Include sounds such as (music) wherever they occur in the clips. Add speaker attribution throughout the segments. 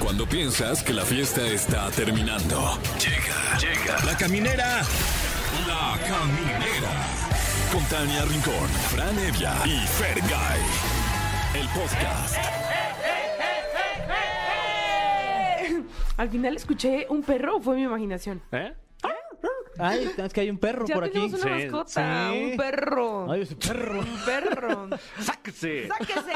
Speaker 1: Cuando piensas que la fiesta está terminando. Llega, llega. La caminera. La caminera. Con Tania Rincón, Fran Evia y Fer El podcast.
Speaker 2: ¡Eh! Al final escuché un perro o fue mi imaginación.
Speaker 3: ¿Eh?
Speaker 4: Ay, es que hay un perro
Speaker 2: Ya
Speaker 4: Ah, por aquí.
Speaker 2: tenemos una
Speaker 3: Sí,
Speaker 2: mascota,
Speaker 4: sí.
Speaker 2: un perro.
Speaker 4: Ay, ese
Speaker 3: (laughs)
Speaker 4: perro.
Speaker 2: Un perro.
Speaker 3: ¡Sáquese!
Speaker 2: ¡Sáquese!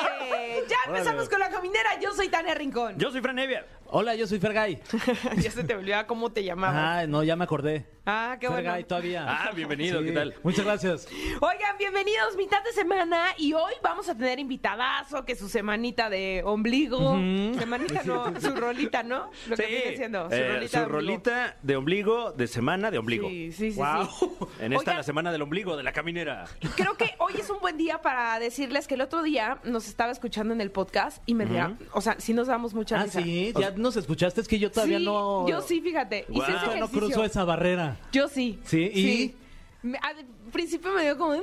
Speaker 2: Ya empezamos con la caminera. Yo soy Tania Rincón.
Speaker 3: Yo soy Fran Evia.
Speaker 4: Hola, yo soy Fergay.
Speaker 2: (laughs) ya se te olvidaba cómo te llamabas.
Speaker 4: Ah, no, ya me acordé.
Speaker 2: Ah, qué bueno.
Speaker 4: Fergay todavía.
Speaker 3: Ah, bienvenido,
Speaker 4: Sí.
Speaker 3: ¿qué tal?
Speaker 4: Muchas gracias.
Speaker 2: Oigan, bienvenidos, mitad de semana. Y hoy vamos a tener invitadazo, que su semanita de ombligo. Semanita no, su rolita, ¿no? Lo que viene siendo. Su
Speaker 3: eh,
Speaker 2: rolita. de
Speaker 3: su
Speaker 2: ombligo.
Speaker 3: rolita de ombligo, de semana de ombligo.
Speaker 2: Sí, sí, sí,
Speaker 3: Guau.
Speaker 2: sí.
Speaker 3: En esta
Speaker 2: Oigan.
Speaker 3: la semana del ombligo, de
Speaker 2: (laughs)
Speaker 3: la caminera.
Speaker 2: Creo que hoy es un buen día para decirles que el otro día nos estaba escuchando en el podcast y me da- o sea, sí nos damos mucha
Speaker 4: Ah,
Speaker 2: risa.
Speaker 4: sí, ya nos escuchaste, es que yo todavía
Speaker 2: Sí,
Speaker 4: no.
Speaker 2: Yo sí, fíjate. Hice
Speaker 3: Wow.
Speaker 2: ese
Speaker 4: Yo no
Speaker 2: ejercicio.
Speaker 4: cruzo esa barrera.
Speaker 2: Yo sí.
Speaker 4: Sí, ¿y? Ah.
Speaker 2: Me- Al principio me dio como... "Eh",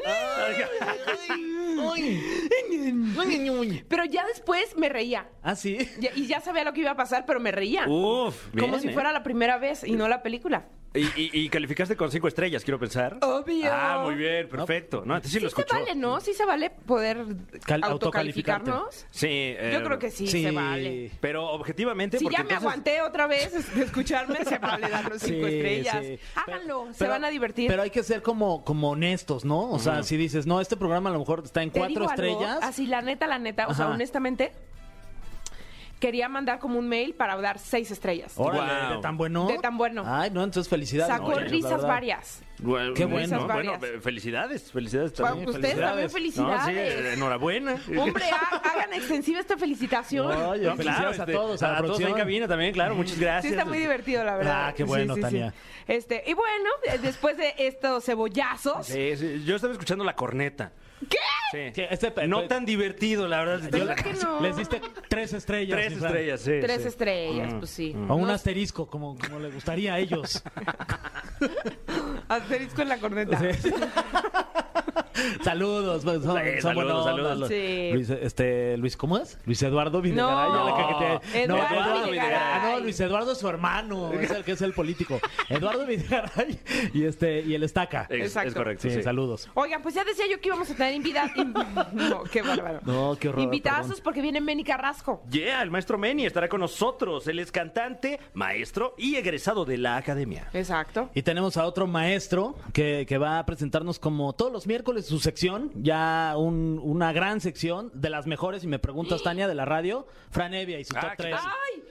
Speaker 2: Pero ya después me reía.
Speaker 4: Ah, sí.
Speaker 2: Ya- Y ya sabía lo que iba a pasar, pero me reía.
Speaker 4: Uh,
Speaker 3: Uf, bien,
Speaker 2: como si
Speaker 3: ¿eh?
Speaker 2: fuera la primera vez y no la película.
Speaker 3: Y, y- y calificaste con cinco estrellas, quiero pensar.
Speaker 2: Obvio.
Speaker 3: Ah, muy bien, perfecto. No, entonces sí,
Speaker 2: Sí,
Speaker 3: lo
Speaker 2: se
Speaker 3: escuchó.
Speaker 2: vale, ¿no? Sí se vale poder
Speaker 4: Cal- autocalificarte.
Speaker 2: autocalificarnos.
Speaker 3: Sí. eh,
Speaker 2: Yo creo que sí, se vale.
Speaker 3: Pero objetivamente,
Speaker 2: Si
Speaker 3: porque
Speaker 2: ya me
Speaker 3: entonces-
Speaker 2: aguanté otra vez (laughs) es- de escucharme, se vale dar los cinco
Speaker 4: Sí,
Speaker 2: estrellas.
Speaker 4: sí.
Speaker 2: Háganlo,
Speaker 4: Pero-
Speaker 2: se
Speaker 4: pero-
Speaker 2: van a divertir.
Speaker 4: Pero hay que ser como, como honestos, ¿no? O sea, si dices, no, este programa a lo mejor está en
Speaker 2: Te
Speaker 4: cuatro
Speaker 2: digo algo,
Speaker 4: estrellas.
Speaker 2: así, la neta, la neta, o sea,
Speaker 4: Ajá.
Speaker 2: honestamente, quería mandar como un mail para dar seis estrellas.
Speaker 4: Órale,
Speaker 3: Wow.
Speaker 4: de tan bueno.
Speaker 2: De tan bueno.
Speaker 4: Ay, Oh, no, entonces felicidades.
Speaker 2: Sacó
Speaker 4: muchachos, la
Speaker 2: risas
Speaker 4: verdad. (laughs)
Speaker 2: varias.
Speaker 3: Bueno,
Speaker 4: Qué
Speaker 3: ¿no?
Speaker 4: bueno.
Speaker 2: Varias.
Speaker 3: Bueno, eh, felicidades, felicidades
Speaker 2: Bueno,
Speaker 3: también.
Speaker 2: ustedes también
Speaker 3: No, sí,
Speaker 2: felicidades.
Speaker 3: eh, enhorabuena.
Speaker 2: Hombre, ha- hagan extensiva esta felicitación.
Speaker 4: Oye,
Speaker 3: No,
Speaker 4: felicidades
Speaker 3: este,
Speaker 4: a todos, a, la
Speaker 3: todos en
Speaker 4: producción.
Speaker 3: cabina también, claro, muchas gracias.
Speaker 2: Sí, está muy divertido, la verdad.
Speaker 4: Ah, qué bueno,
Speaker 2: Sí, sí, sí.
Speaker 4: Tania.
Speaker 2: Este, y bueno, eh, después de estos cebollazos,
Speaker 3: Sí, sí, yo estaba escuchando la corneta. ¿Qué?
Speaker 4: Que este pe-
Speaker 3: no
Speaker 4: pe-
Speaker 3: tan divertido, la verdad.
Speaker 2: Yo-
Speaker 4: (laughs)
Speaker 3: Yo-
Speaker 2: ¿Verdad que no?
Speaker 4: Les diste tres estrellas.
Speaker 3: Tres
Speaker 4: mi Fran.
Speaker 3: estrellas, sí.
Speaker 2: tres
Speaker 3: sí.
Speaker 2: estrellas, pues sí.
Speaker 4: Mm, O un
Speaker 2: No,
Speaker 4: asterisco, como, como le gustaría
Speaker 2: (laughs)
Speaker 4: a ellos. (laughs)
Speaker 2: asterisco en la corneta.
Speaker 4: Sí. saludos, pues, son,
Speaker 3: Sí,
Speaker 4: son buena
Speaker 3: saludos,
Speaker 4: onda.
Speaker 3: saludos.
Speaker 2: Sí.
Speaker 4: Luis, este, Luis, ¿cómo es? Luis Eduardo Videgaray.
Speaker 2: No,
Speaker 4: ya la cajeteé.
Speaker 2: Eduardo
Speaker 3: Videgaray.
Speaker 4: Ah, no, Luis Eduardo es su hermano, es el que es
Speaker 2: (laughs)
Speaker 4: el político. Eduardo Videgaray y este y el Estaca.
Speaker 3: Es, es
Speaker 2: Exacto.
Speaker 3: correcto.
Speaker 4: Sí,
Speaker 3: Eh, sí.
Speaker 4: saludos.
Speaker 2: Oigan, pues ya decía yo que íbamos a tener
Speaker 4: (laughs)
Speaker 2: invitados. no, qué bárbaro.
Speaker 4: No, qué horror,
Speaker 2: Invitazos
Speaker 4: perdón.
Speaker 2: porque viene Meni Carrasco.
Speaker 3: Yeah, el maestro Meni estará con nosotros. Él es cantante, maestro y egresado de la academia.
Speaker 2: Exacto.
Speaker 4: Y tenemos a otro maestro que, que va a presentarnos como todos los miércoles su sección, ya un- una gran sección de las mejores, y me preguntas, Tania, de la radio, Fran Evia y su
Speaker 3: Ah,
Speaker 4: top
Speaker 3: qué
Speaker 4: 3.
Speaker 2: padre.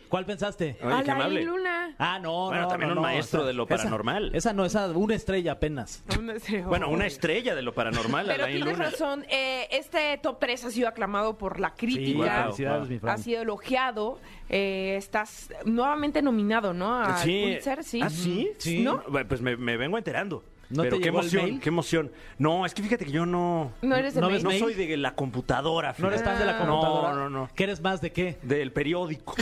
Speaker 4: ¿Cuál pensaste?
Speaker 3: Oye, qué
Speaker 2: Alain
Speaker 3: amable.
Speaker 2: Luna.
Speaker 4: Ah, no,
Speaker 3: Bueno,
Speaker 4: no,
Speaker 3: también
Speaker 4: no, no,
Speaker 3: un maestro de lo
Speaker 4: esa-
Speaker 3: paranormal.
Speaker 4: Esa, no, esa una estrella apenas.
Speaker 2: Una serie.
Speaker 3: Bueno, una estrella de lo paranormal,
Speaker 2: Pero
Speaker 3: Alain
Speaker 2: tienes
Speaker 3: Luna.
Speaker 2: razón. eh, este top 3 ha sido aclamado por la crítica.
Speaker 3: wow.
Speaker 4: felicidades, mi Fran.
Speaker 2: Ha sido elogiado, eh, estás nuevamente nominado, ¿no? A Pulitzer, sí.
Speaker 3: ¿Ah, sí?
Speaker 4: Sí.
Speaker 3: ¿No? Bueno, Pues me, me vengo enterando.
Speaker 4: ¿No
Speaker 3: Pero
Speaker 4: te
Speaker 3: qué
Speaker 4: llegó el
Speaker 3: emoción,
Speaker 4: mail?
Speaker 3: qué emoción. No, es que fíjate que yo no.
Speaker 2: No eres de
Speaker 4: ¿No
Speaker 2: Maine.
Speaker 4: ves
Speaker 3: No
Speaker 4: mail?
Speaker 3: soy de la computadora.
Speaker 4: ¿No eres
Speaker 3: fíjate.
Speaker 4: tan de la
Speaker 3: No,
Speaker 4: computadora?
Speaker 3: Ah. No, no,
Speaker 4: ¿Qué eres más de qué?
Speaker 3: Del periódico.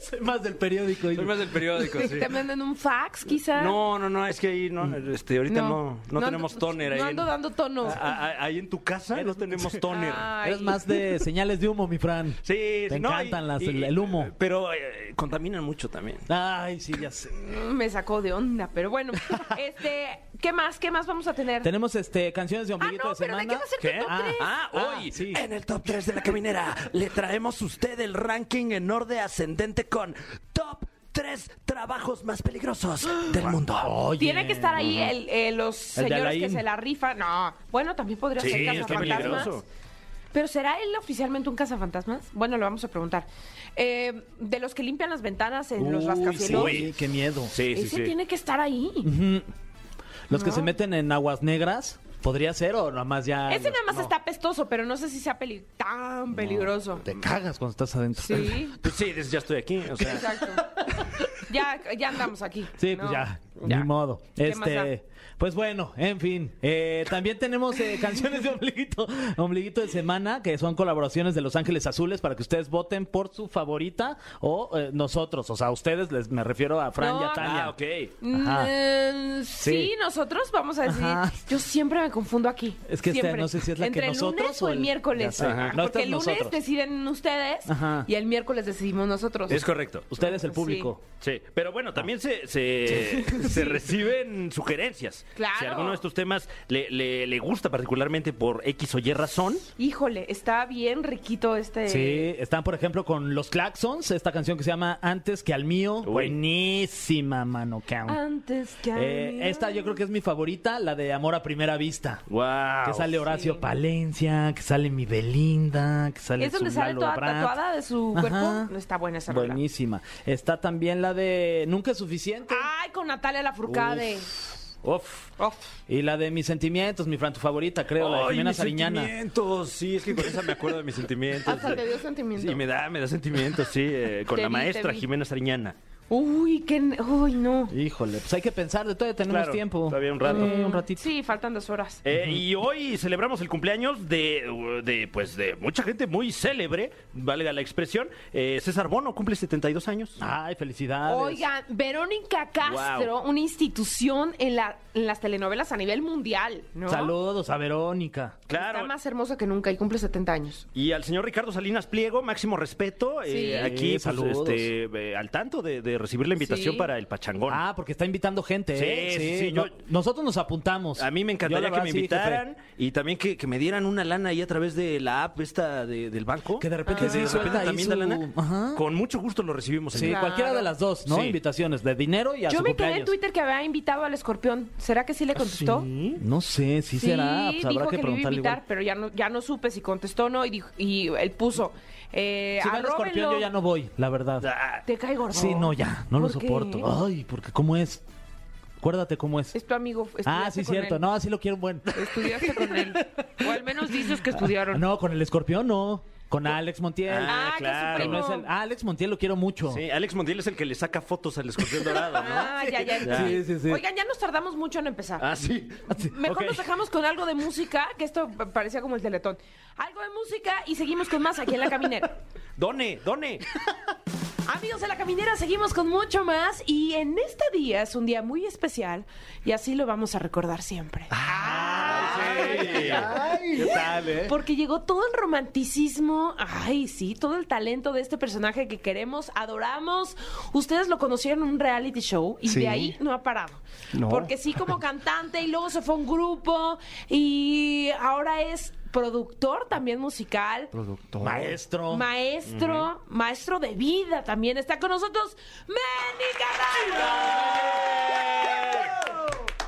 Speaker 4: Soy más del periódico.
Speaker 3: Soy más del periódico, sí.
Speaker 2: (laughs) Te mandan un fax, quizá.
Speaker 3: No, no, no, es que ahí no, este, ahorita no, no,
Speaker 2: ando-
Speaker 3: tenemos toner ahí.
Speaker 2: No ando
Speaker 3: en,
Speaker 2: dando tono.
Speaker 3: a- a- ahí en tu casa no (laughs) tenemos toner.
Speaker 2: Ay.
Speaker 4: Eres más de señales de humo, mi Fran.
Speaker 3: Sí,
Speaker 4: Te
Speaker 3: sí, no, y-
Speaker 4: encantan las-
Speaker 3: y-
Speaker 4: el, el humo.
Speaker 3: Pero eh, contaminan mucho también.
Speaker 4: Ay, sí, ya sé.
Speaker 2: Me sacó de onda, pero
Speaker 3: (laughs)
Speaker 2: bueno. este, ¿qué más? ¿Qué más vamos a tener?
Speaker 4: Tenemos este canciones de
Speaker 2: ah,
Speaker 4: ombliguito
Speaker 2: no,
Speaker 4: de
Speaker 2: pero
Speaker 4: semana.
Speaker 2: ¿de qué va a ser tu
Speaker 3: ¿Qué?
Speaker 2: top
Speaker 4: Ah,
Speaker 2: tres?
Speaker 3: Ah,
Speaker 4: Ah,
Speaker 3: hoy
Speaker 4: sí.
Speaker 3: en el top 3 de la caminera le traemos a usted el ranking en orden ascendente con top 3 trabajos más peligrosos del (gasps) mundo.
Speaker 4: Oye.
Speaker 2: Tiene que estar ahí el- eh, los
Speaker 4: El de
Speaker 2: señores que
Speaker 4: Alain.
Speaker 2: se la rifan. No, bueno, también podría
Speaker 3: Sí,
Speaker 2: ser
Speaker 3: está
Speaker 2: cazafantasmas.
Speaker 3: peligroso.
Speaker 2: Pero ¿será él oficialmente un cazafantasmas? Bueno, lo vamos a preguntar. Eh, de los que limpian las ventanas en los
Speaker 4: Uy,
Speaker 2: rascacielos.
Speaker 4: sí, qué miedo.
Speaker 3: Sí, sí,
Speaker 2: Ese
Speaker 3: sí.
Speaker 2: tiene que estar ahí.
Speaker 4: Los que
Speaker 2: No.
Speaker 4: se meten en aguas negras, podría ser o nada más ya.
Speaker 2: Ese
Speaker 4: los-
Speaker 2: nada más
Speaker 4: no.
Speaker 2: está apestoso, pero no sé si sea peli- tan peligroso.
Speaker 4: Te cagas cuando estás adentro.
Speaker 2: Sí,
Speaker 3: Pues sí, desde ya estoy aquí. O sea,
Speaker 2: exacto. ya, ya andamos aquí.
Speaker 4: Sí, pues
Speaker 2: No.
Speaker 4: ya.
Speaker 2: Ya.
Speaker 4: Ni modo.
Speaker 2: ¿Qué más
Speaker 4: Este, pues bueno, en fin. Eh, también tenemos eh, (laughs) canciones de ombliguito, ombliguito de semana, que son colaboraciones de Los Ángeles Azules para que ustedes voten por su favorita o eh, nosotros. O sea, ustedes les me refiero a Fran y
Speaker 2: No,
Speaker 4: a Tania.
Speaker 3: Ah, ok.
Speaker 4: Ajá.
Speaker 2: Mm, sí,
Speaker 4: Sí.
Speaker 2: nosotros vamos a decidir.
Speaker 4: Ajá.
Speaker 2: Yo siempre me confundo aquí.
Speaker 4: Es que esta,
Speaker 2: Siempre.
Speaker 4: no sé si es la que
Speaker 2: Entre el
Speaker 4: nosotros
Speaker 2: lunes
Speaker 4: o
Speaker 2: o
Speaker 4: el-
Speaker 2: el miércoles.
Speaker 4: Ya sé. Ajá. No, esta
Speaker 2: Porque
Speaker 4: es
Speaker 2: el lunes
Speaker 4: nosotros.
Speaker 2: deciden ustedes
Speaker 4: Ajá.
Speaker 2: y el miércoles decidimos nosotros.
Speaker 3: Es correcto.
Speaker 4: Ustedes,
Speaker 2: Pues
Speaker 4: el público.
Speaker 3: Sí, pero bueno, también
Speaker 2: (laughs)
Speaker 3: se, se, se reciben sugerencias.
Speaker 2: Claro.
Speaker 3: Si alguno de estos temas le, le, le gusta particularmente por X o Y razón,
Speaker 2: Híjole, está bien riquito este.
Speaker 3: Eh,
Speaker 4: Sí, están por ejemplo con Los Claxons, esta canción que se llama Antes que al mío. Buenísima, mano. Cam.
Speaker 2: Antes que.
Speaker 4: Eh,
Speaker 2: a mí.
Speaker 4: esta yo creo que es mi favorita, la de Amor a Primera Vista.
Speaker 3: wow.
Speaker 4: Que sale Horacio
Speaker 2: sí.
Speaker 4: Palencia, que sale mi Belinda, que sale
Speaker 2: Es donde
Speaker 4: su
Speaker 2: sale
Speaker 4: Lalo
Speaker 2: toda
Speaker 4: Brandt.
Speaker 2: tatuada de su cuerpo.
Speaker 4: Ajá.
Speaker 2: No está buena esa rola.
Speaker 4: Buenísima. Está también la de Nunca es suficiente.
Speaker 2: Ay, con Natalia Lafourcade.
Speaker 3: Uf.
Speaker 2: Uf.
Speaker 4: Y la de Mis sentimientos, mi Fran, tu favorita, creo, la de
Speaker 3: Ay,
Speaker 4: Jimena
Speaker 3: mis
Speaker 4: Sariñana.
Speaker 3: sentimientos. Sí, es que con esa me acuerdo de mis sentimientos.
Speaker 2: Hasta te dio sentimiento.
Speaker 3: Y me da, me da sentimientos, sí, eh, con
Speaker 2: Te
Speaker 3: la
Speaker 2: vi, te
Speaker 3: maestra
Speaker 2: vi.
Speaker 3: Jimena Sariñana.
Speaker 2: Uy, qué. Uy, no.
Speaker 4: Híjole, pues hay que pensar, de todavía tenemos
Speaker 3: Claro,
Speaker 4: tiempo.
Speaker 3: todavía un rato.
Speaker 4: Sí, un ratito.
Speaker 2: Sí, faltan dos horas.
Speaker 3: Eh, Y hoy celebramos el cumpleaños de, de, pues, de mucha gente muy célebre, valga la expresión. Eh, César Bono cumple 72 años.
Speaker 4: Ay, felicidades.
Speaker 2: Oigan, Verónica Castro, una institución en, la- en las telenovelas a nivel mundial, ¿no?
Speaker 4: Saludos a Verónica.
Speaker 2: Está más hermosa que nunca y cumple 70 años.
Speaker 3: Y al señor Ricardo Salinas Pliego, máximo respeto. eh,
Speaker 2: Sí.
Speaker 3: aquí, pues,
Speaker 4: Saludos.
Speaker 3: este, eh, al tanto de, de recibir la invitación
Speaker 2: Sí.
Speaker 3: para el Pachangón.
Speaker 4: Ah, porque está invitando gente.
Speaker 3: Sí,
Speaker 4: ¿eh?
Speaker 3: sí, sí,
Speaker 4: no-
Speaker 3: yo-
Speaker 4: nosotros nos apuntamos.
Speaker 3: A mí me
Speaker 4: Yo,
Speaker 3: encantaría
Speaker 4: la
Speaker 3: que
Speaker 4: verdad,
Speaker 3: me
Speaker 4: sí, jefe.
Speaker 3: invitaran y también que, que me dieran una lana ahí a través de la app esta de- del banco.
Speaker 4: Que de
Speaker 2: Ah,
Speaker 4: repente sí
Speaker 3: de
Speaker 4: suelta
Speaker 3: repente
Speaker 4: ahí
Speaker 3: también da
Speaker 4: su-
Speaker 3: lana.
Speaker 4: Ajá.
Speaker 3: Con mucho gusto lo recibimos.
Speaker 4: Sí,
Speaker 3: señor.
Speaker 4: cualquiera de las dos, ¿no?
Speaker 3: Sí.
Speaker 4: Invitaciones de dinero y a
Speaker 2: Yo
Speaker 4: su
Speaker 2: me quedé en
Speaker 4: cumpleaños.
Speaker 2: Twitter que había invitado al escorpión. ¿Será que sí le contestó?
Speaker 4: No sé, sí, será. Pues habrá
Speaker 2: dijo
Speaker 4: que
Speaker 2: que, lo iba a
Speaker 4: preguntarle
Speaker 2: invitar,
Speaker 4: igual.
Speaker 2: pero ya no, ya no supe si contestó o no. Y, dijo- y él puso. Eh,
Speaker 4: Si va el escorpión,
Speaker 2: arróbenlo.
Speaker 4: yo ya no voy, la verdad.
Speaker 3: Ah,
Speaker 2: Te cae gordo.
Speaker 4: Sí, no, ya, no lo
Speaker 2: ¿Por qué?
Speaker 4: soporto. Ay, porque ¿cómo es? Acuérdate cómo es.
Speaker 2: Es tu amigo.
Speaker 4: Ah,
Speaker 2: estudiaste
Speaker 4: sí,
Speaker 2: con
Speaker 4: cierto.
Speaker 2: él.
Speaker 4: No, así lo quiero buen.
Speaker 2: Estudiaste con
Speaker 4: (laughs)
Speaker 2: él. O al menos dices que estudiaron.
Speaker 4: Ah, No, con el escorpión no. Con Alex Montiel.
Speaker 3: Ah,
Speaker 2: Ah, que
Speaker 3: claro.
Speaker 2: es
Speaker 4: Que
Speaker 2: su
Speaker 4: no es
Speaker 2: primo.
Speaker 4: el- ah, Alex Montiel lo quiero mucho. (laughs)
Speaker 3: sí, Alex Montiel es el que le saca fotos al escorpión dorado, ¿no?
Speaker 2: Ah, ya, ya.
Speaker 3: Ya.
Speaker 2: entendí.
Speaker 4: Sí, sí, sí.
Speaker 2: Oigan, ya nos tardamos mucho en empezar.
Speaker 3: Ah, sí.
Speaker 2: Mejor
Speaker 4: Ok.
Speaker 2: nos dejamos con algo de música, que esto pa- parecía como el teletón. Algo de música y seguimos con más aquí en La Caminera.
Speaker 3: Done,
Speaker 4: (laughs)
Speaker 3: done.
Speaker 2: Amigos de La Caminera, seguimos con mucho más y en este día es un día muy especial y así lo vamos a recordar siempre.
Speaker 3: Ah, ¿Qué tal, eh?
Speaker 2: Porque llegó todo el romanticismo, ay, sí, todo el talento de este personaje que queremos, adoramos. Ustedes lo conocieron en un reality show y de ahí no ha parado. Porque sí, como cantante y luego se fue a un grupo y ahora es productor también musical.
Speaker 4: Maestro.
Speaker 2: Maestro, maestro de vida también está con nosotros, Manny Canario.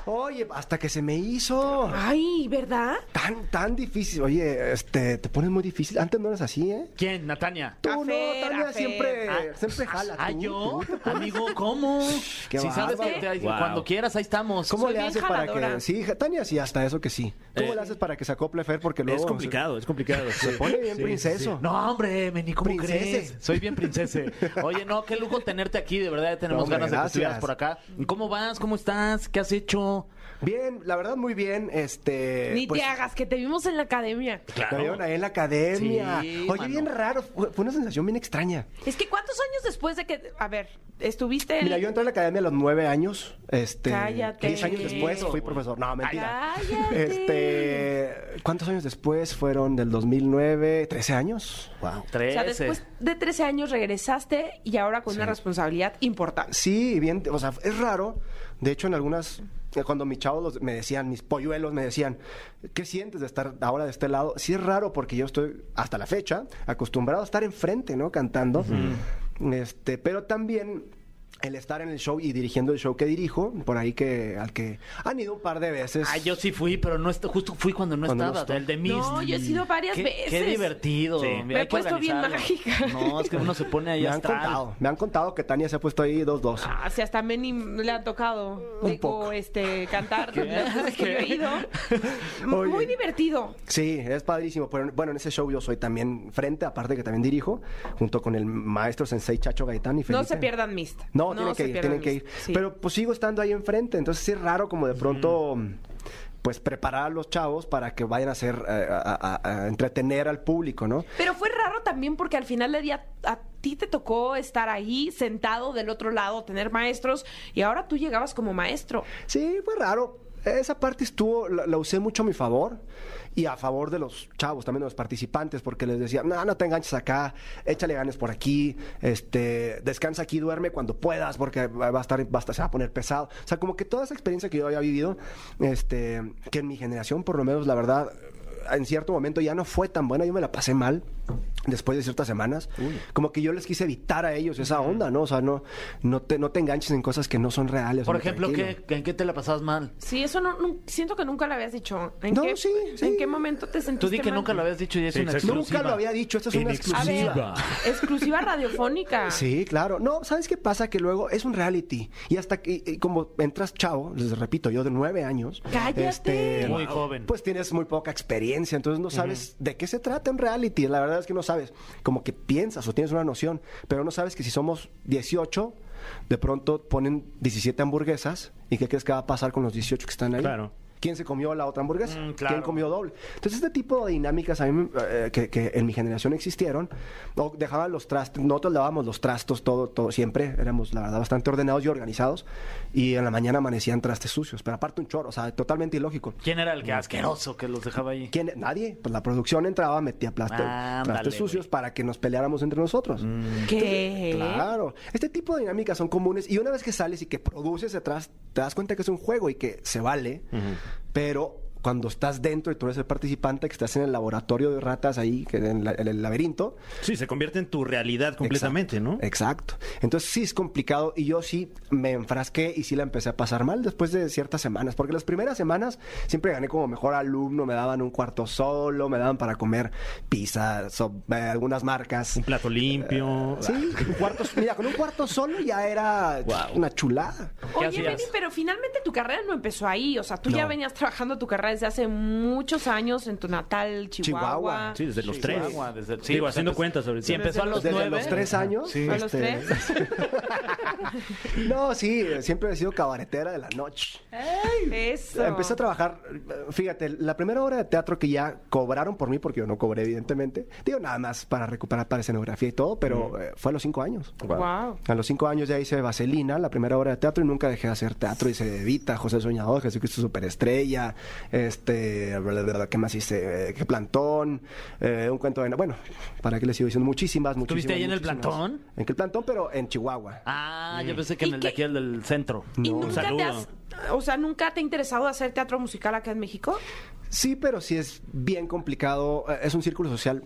Speaker 5: Oye, hasta que se me hizo
Speaker 2: Ay, ¿verdad?
Speaker 5: tan, tan difícil. Oye, este, te pones muy difícil. Antes no eras así, ¿eh?
Speaker 4: ¿Quién? Natania.
Speaker 5: Tú
Speaker 2: A
Speaker 5: no,
Speaker 2: Fer, a
Speaker 5: Tania,
Speaker 2: Fer.
Speaker 5: siempre,
Speaker 4: Ah,
Speaker 5: Eh, siempre jala.
Speaker 4: Ah,
Speaker 5: tú,
Speaker 4: yo,
Speaker 5: tú.
Speaker 4: amigo, ¿cómo?
Speaker 5: (laughs) Qué
Speaker 4: si sabes que
Speaker 5: bárbaro.
Speaker 4: te-
Speaker 3: Wow.
Speaker 4: cuando quieras, ahí estamos.
Speaker 5: ¿Cómo
Speaker 2: Soy
Speaker 5: le
Speaker 2: bien
Speaker 5: haces para
Speaker 2: jaladora.
Speaker 5: que...? Sí, ja- Tania, sí, hasta eso que sí. ¿Cómo le haces para que se acople Fer? Porque luego...
Speaker 3: Es complicado, es complicado.
Speaker 5: Se, se pone bien princeso.
Speaker 4: No, hombre, Meni, ¿cómo
Speaker 5: Princese.
Speaker 4: crees? Soy bien princese. Oye, no, qué lujo tenerte aquí, de verdad, ya tenemos
Speaker 5: Hombre,
Speaker 4: ganas de que
Speaker 5: gracias.
Speaker 4: estuvieras por acá. ¿Cómo vas? ¿Cómo estás? ¿Qué has hecho?
Speaker 5: Bien, la verdad, muy bien, este...
Speaker 2: Ni
Speaker 5: pues,
Speaker 2: te hagas, que te vimos en la academia.
Speaker 5: la vieron ahí en la academia.
Speaker 4: Sí,
Speaker 5: Oye,
Speaker 4: mano.
Speaker 5: bien raro. Fue fue una sensación bien extraña.
Speaker 2: Es que ¿cuántos años después de que, a ver, estuviste en...
Speaker 5: Mira, yo entré a la academia a los nueve años. Este,
Speaker 2: Cállate.
Speaker 5: Diez años después fui profesor. No, mentira.
Speaker 2: Cállate.
Speaker 5: Este, ¿Cuántos años después fueron del 2009? ¿13 años? Wow.
Speaker 2: O
Speaker 4: Trece.
Speaker 2: sea, después de 13 años regresaste y ahora con una responsabilidad importante.
Speaker 5: Sí, bien, o sea, es raro. De hecho, en algunas, eh, cuando mis chavos los- me decían, mis polluelos me decían, ¿qué sientes de estar ahora de este lado? Sí es raro porque yo estoy, hasta la fecha, acostumbrado a estar enfrente, ¿no? Cantando. Este, pero también el estar en el show y dirigiendo el show que dirijo, por ahí que, al que han ido un par de veces.
Speaker 4: Ah, yo sí fui, pero no est- justo fui cuando no
Speaker 5: Cuando no
Speaker 4: estaba,
Speaker 5: estaba.
Speaker 4: el de Mist.
Speaker 2: No, yo he sido varias
Speaker 4: qué,
Speaker 2: veces.
Speaker 4: Qué divertido.
Speaker 3: Sí.
Speaker 4: Hay
Speaker 3: Me
Speaker 2: he
Speaker 4: que
Speaker 2: puesto bien
Speaker 4: organizarlo.
Speaker 2: mágica.
Speaker 4: No, es que uno se pone ahí
Speaker 5: me han
Speaker 4: astral.
Speaker 5: contado, me han contado que Tania se ha puesto ahí dos dos.
Speaker 2: Ah, si hasta a Meni le han tocado
Speaker 5: Un
Speaker 2: digo,
Speaker 5: poco.
Speaker 2: este cantar las veces que yo he
Speaker 5: (laughs)
Speaker 2: ido.
Speaker 5: Oye.
Speaker 2: Muy divertido.
Speaker 5: Sí, es padrísimo. Pero bueno, en ese show yo soy también frente, aparte que también dirijo, junto con el maestro Sensei Chacho Gaitán y Felipe.
Speaker 2: No se pierdan Mist.
Speaker 5: No, No,
Speaker 2: No
Speaker 5: tienen que
Speaker 2: se
Speaker 5: ir,
Speaker 2: pierdan
Speaker 5: tienen que
Speaker 2: los-
Speaker 5: ir.
Speaker 2: sí.
Speaker 5: Pero pues sigo estando ahí enfrente, entonces sí es raro como de pronto pues preparar a los chavos para que vayan a hacer eh, a- a- a- a entretener al público, ¿no?
Speaker 2: Pero fue raro también porque al final del día a ti te tocó estar ahí sentado del otro lado, tener maestros y ahora tú llegabas como maestro.
Speaker 5: Sí, fue raro. Esa parte estuvo, la, la usé mucho a mi favor y a favor de los chavos, también de los participantes, porque les decía, no, no te enganches acá, échale ganas por aquí, este, descansa aquí, duerme cuando puedas, porque va va a estar, va a estar- se va a poner pesado. O sea, como que toda esa experiencia que yo había vivido, este, que en mi generación, por lo menos, la verdad, en cierto momento ya no fue tan buena, yo me la pasé mal después de ciertas semanas, como que yo les quise evitar a ellos esa onda, ¿no? O sea, no, no, te, no te enganches en cosas que no son reales.
Speaker 6: Por
Speaker 5: hombre,
Speaker 6: ejemplo,
Speaker 5: tranquilo.
Speaker 6: ¿qué, ¿en qué te la pasabas mal?
Speaker 2: Sí, eso no, no- siento que nunca lo habías dicho. ¿En
Speaker 5: No,
Speaker 2: qué,
Speaker 5: sí, sí.
Speaker 2: ¿En qué momento te sentiste
Speaker 6: Tú di que
Speaker 2: mal?
Speaker 6: nunca lo habías dicho y es una
Speaker 3: Exacto.
Speaker 6: exclusiva.
Speaker 5: Nunca lo había dicho, esto es una
Speaker 1: En
Speaker 2: A ver,
Speaker 5: exclusiva.
Speaker 2: exclusiva radiofónica.
Speaker 5: Sí, claro. No, ¿sabes qué pasa? Que luego es un reality. Y hasta que, y- y como entras chavo, les repito, yo de nueve años.
Speaker 2: ¡Cállate!
Speaker 6: Muy joven.
Speaker 5: Pues tienes muy poca experiencia, entonces no sabes de qué se trata un reality. La verdad es que no sabes. Como que piensas o tienes una noción, pero no sabes que si somos 18, de pronto ponen 17 hamburguesas. ¿Y qué crees que va a pasar con los 18 que están ahí?
Speaker 3: Claro.
Speaker 5: ¿Quién se comió la otra hamburguesa?
Speaker 3: Mm, claro.
Speaker 5: ¿Quién comió doble? Entonces, este tipo de dinámicas a mí, eh, que, que en mi generación existieron, o dejaban los trastos, nosotros lavábamos los trastos todo, todo, siempre éramos, la verdad, bastante ordenados y organizados, y en la mañana amanecían trastes sucios, pero aparte un chorro, o sea, totalmente ilógico.
Speaker 6: ¿Quién era el
Speaker 3: Mm.
Speaker 6: que asqueroso que los dejaba ahí?
Speaker 5: ¿Quién? Nadie, pues la producción entraba, metía plasto-
Speaker 6: Ándale,
Speaker 5: trastes sucios para que nos peleáramos entre nosotros.
Speaker 2: Mm. ¿Qué?
Speaker 5: Claro, este tipo de dinámicas son comunes y una vez que sales y que produces atrás, te das cuenta que es un juego y que se vale, pero cuando estás dentro y tú eres el participante que estás en el laboratorio de ratas ahí, que en, la- en el laberinto.
Speaker 3: Sí, se convierte en tu realidad completamente,
Speaker 5: Exacto,
Speaker 3: ¿no?
Speaker 5: Exacto. Entonces sí es complicado y yo sí me enfrasqué y sí la empecé a pasar mal después de ciertas semanas, porque las primeras semanas siempre gané como mejor alumno, me daban un cuarto solo, me daban para comer pizza, so- eh, algunas marcas.
Speaker 3: Un plato limpio.
Speaker 5: Eh, Sí, un cuarto, mira, con un cuarto solo ya era una chulada.
Speaker 6: ¿Qué
Speaker 2: Oye,
Speaker 6: hacías?
Speaker 2: Benny, pero finalmente tu carrera no empezó ahí. O sea, tú ya
Speaker 5: No.
Speaker 2: venías trabajando tu carrera desde hace muchos años en tu natal, Chihuahua.
Speaker 5: Chihuahua.
Speaker 3: Sí, desde los tres.
Speaker 6: Chihuahua, desde- sí,
Speaker 3: Digo,
Speaker 6: pues,
Speaker 3: haciendo
Speaker 6: empezó-
Speaker 3: cuentas ahorita.
Speaker 6: Si empezó a los
Speaker 5: Desde
Speaker 6: nueve.
Speaker 5: los tres años. este,
Speaker 2: ¿A los tres?
Speaker 5: (laughs) No, sí, siempre he sido cabaretera de la noche.
Speaker 2: Eso.
Speaker 5: Empecé a trabajar, eh, fíjate, la primera obra de teatro que ya cobraron por mí, porque yo no cobré, evidentemente. Digo, nada más para recuperar para escenografía y todo, pero eh, fue a los cinco años.
Speaker 2: Wow.
Speaker 5: A los cinco años ya hice Vaselina, la primera obra de teatro, y nunca dejé de hacer teatro. Hice Evita, José Soñador, Jesucristo Superestrella, este, bla, bla, bla, ¿qué más hice? Eh, ¿Qué plantón? Eh, un cuento de... Bueno, ¿para qué les sigo diciendo? Muchísimas, muchísimas.
Speaker 6: ¿Estuviste ahí en el
Speaker 5: muchísimas.
Speaker 6: plantón?
Speaker 5: En el plantón, pero en Chihuahua.
Speaker 6: Ah,
Speaker 3: Mm.
Speaker 6: yo pensé que
Speaker 2: ¿Y
Speaker 6: en el de
Speaker 2: qué?
Speaker 6: aquí, el del centro.
Speaker 2: ¿Y
Speaker 5: No.
Speaker 2: nunca te
Speaker 3: Saludo.
Speaker 2: has, o sea, nunca te ha interesado hacer teatro musical acá en México?
Speaker 5: Sí, pero sí es bien complicado. Eh, Es un círculo social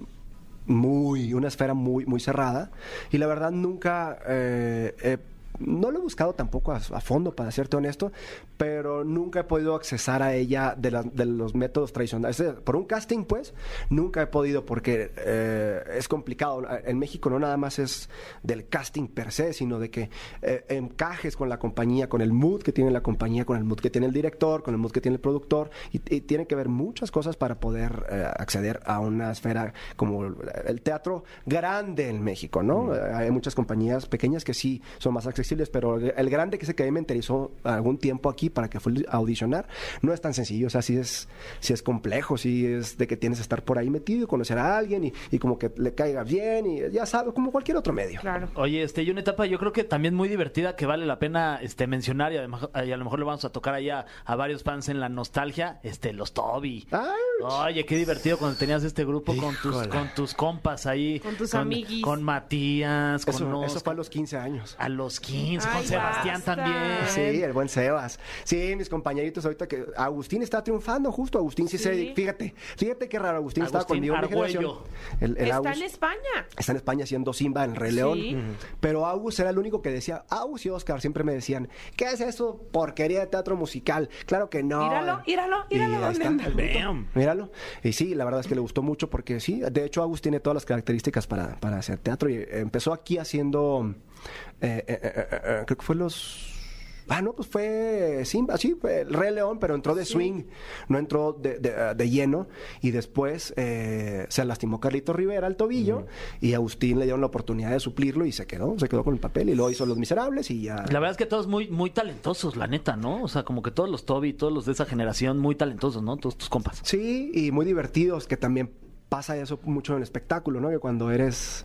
Speaker 5: muy, una esfera muy, muy cerrada. Y la verdad nunca, eh, eh, no lo he buscado tampoco a, a fondo, para serte honesto, pero nunca he podido accesar a ella de, las- de los métodos tradicionales. Eh, Por un casting, pues, nunca he podido porque eh, es complicado. En México no nada más es del casting per se, sino de que eh, encajes con la compañía, con el mood que tiene la compañía, con el mood que tiene el director, con el mood que tiene el productor, y, y tiene que ver muchas cosas para poder eh, acceder a una esfera como el teatro grande en México, ¿no? Eh, Hay muchas compañías pequeñas que sí son más accesibles, pero el grande que se que a mí me interesó algún tiempo aquí para que fue a audicionar, no es tan sencillo, o sea, sí es, sí es complejo, sí es de que tienes que estar por ahí metido y conocer a alguien y, y como que le caiga bien y ya sabes, como cualquier otro medio.
Speaker 2: Claro.
Speaker 6: Oye, este, y una etapa yo creo que también muy divertida que vale la pena este, mencionar y, además, y a lo mejor le vamos a tocar ahí a, a varios fans en la nostalgia, este, los Toby.
Speaker 5: ¡Auch!
Speaker 6: Oye, qué divertido cuando tenías este grupo con tus,
Speaker 5: Ah. Híjole.
Speaker 6: con tus compas ahí.
Speaker 2: Con tus amiguis.
Speaker 6: Con Matías, con
Speaker 5: Eso, eso
Speaker 6: Oscar.
Speaker 5: fue a los 15 años.
Speaker 6: A los 15,
Speaker 2: Ay,
Speaker 6: con Sebastián
Speaker 2: basta.
Speaker 6: también.
Speaker 5: Sí, el buen Sebas. Sí, mis compañeritos ahorita que Agustín está triunfando, justo Agustín sí,
Speaker 2: Sí.
Speaker 5: se fíjate, fíjate qué raro Agustín, estaba
Speaker 6: Agustín
Speaker 5: conmigo en mi
Speaker 6: Argüello.
Speaker 5: generación. El, el
Speaker 2: Está
Speaker 5: Agus-
Speaker 2: en España.
Speaker 5: está en España haciendo Simba en Rey León.
Speaker 2: Sí.
Speaker 5: Pero Agus era el único que decía, Agus y Oscar siempre me decían, ¿qué es eso? Porquería de teatro musical. Claro que no.
Speaker 2: Míralo, míralo, míralo
Speaker 5: Y ahí
Speaker 2: dónde
Speaker 5: está,
Speaker 2: anda.
Speaker 5: el bruto.
Speaker 3: Damn.
Speaker 5: Míralo. Y sí, la verdad es que le gustó mucho porque sí, de hecho Agus tiene todas las características para, para hacer teatro y eh, empezó aquí haciendo, eh, eh, eh, eh, eh, creo que fue los... Ah, no, pues fue Simba, sí, fue el Rey León, pero entró de swing, no entró de, de- de lleno. Y después eh, se lastimó Carlito Rivera al tobillo y a Agustín le dieron la oportunidad de suplirlo y se quedó, se quedó con el papel y luego hizo Los Miserables y ya.
Speaker 6: La verdad es que todos muy, muy talentosos, la neta, ¿no? O sea, como que todos los Toby, todos los de esa generación, muy talentosos, ¿no? Todos tus compas.
Speaker 5: Sí, y muy divertidos, que también pasa eso mucho en el espectáculo, ¿no? Que cuando eres,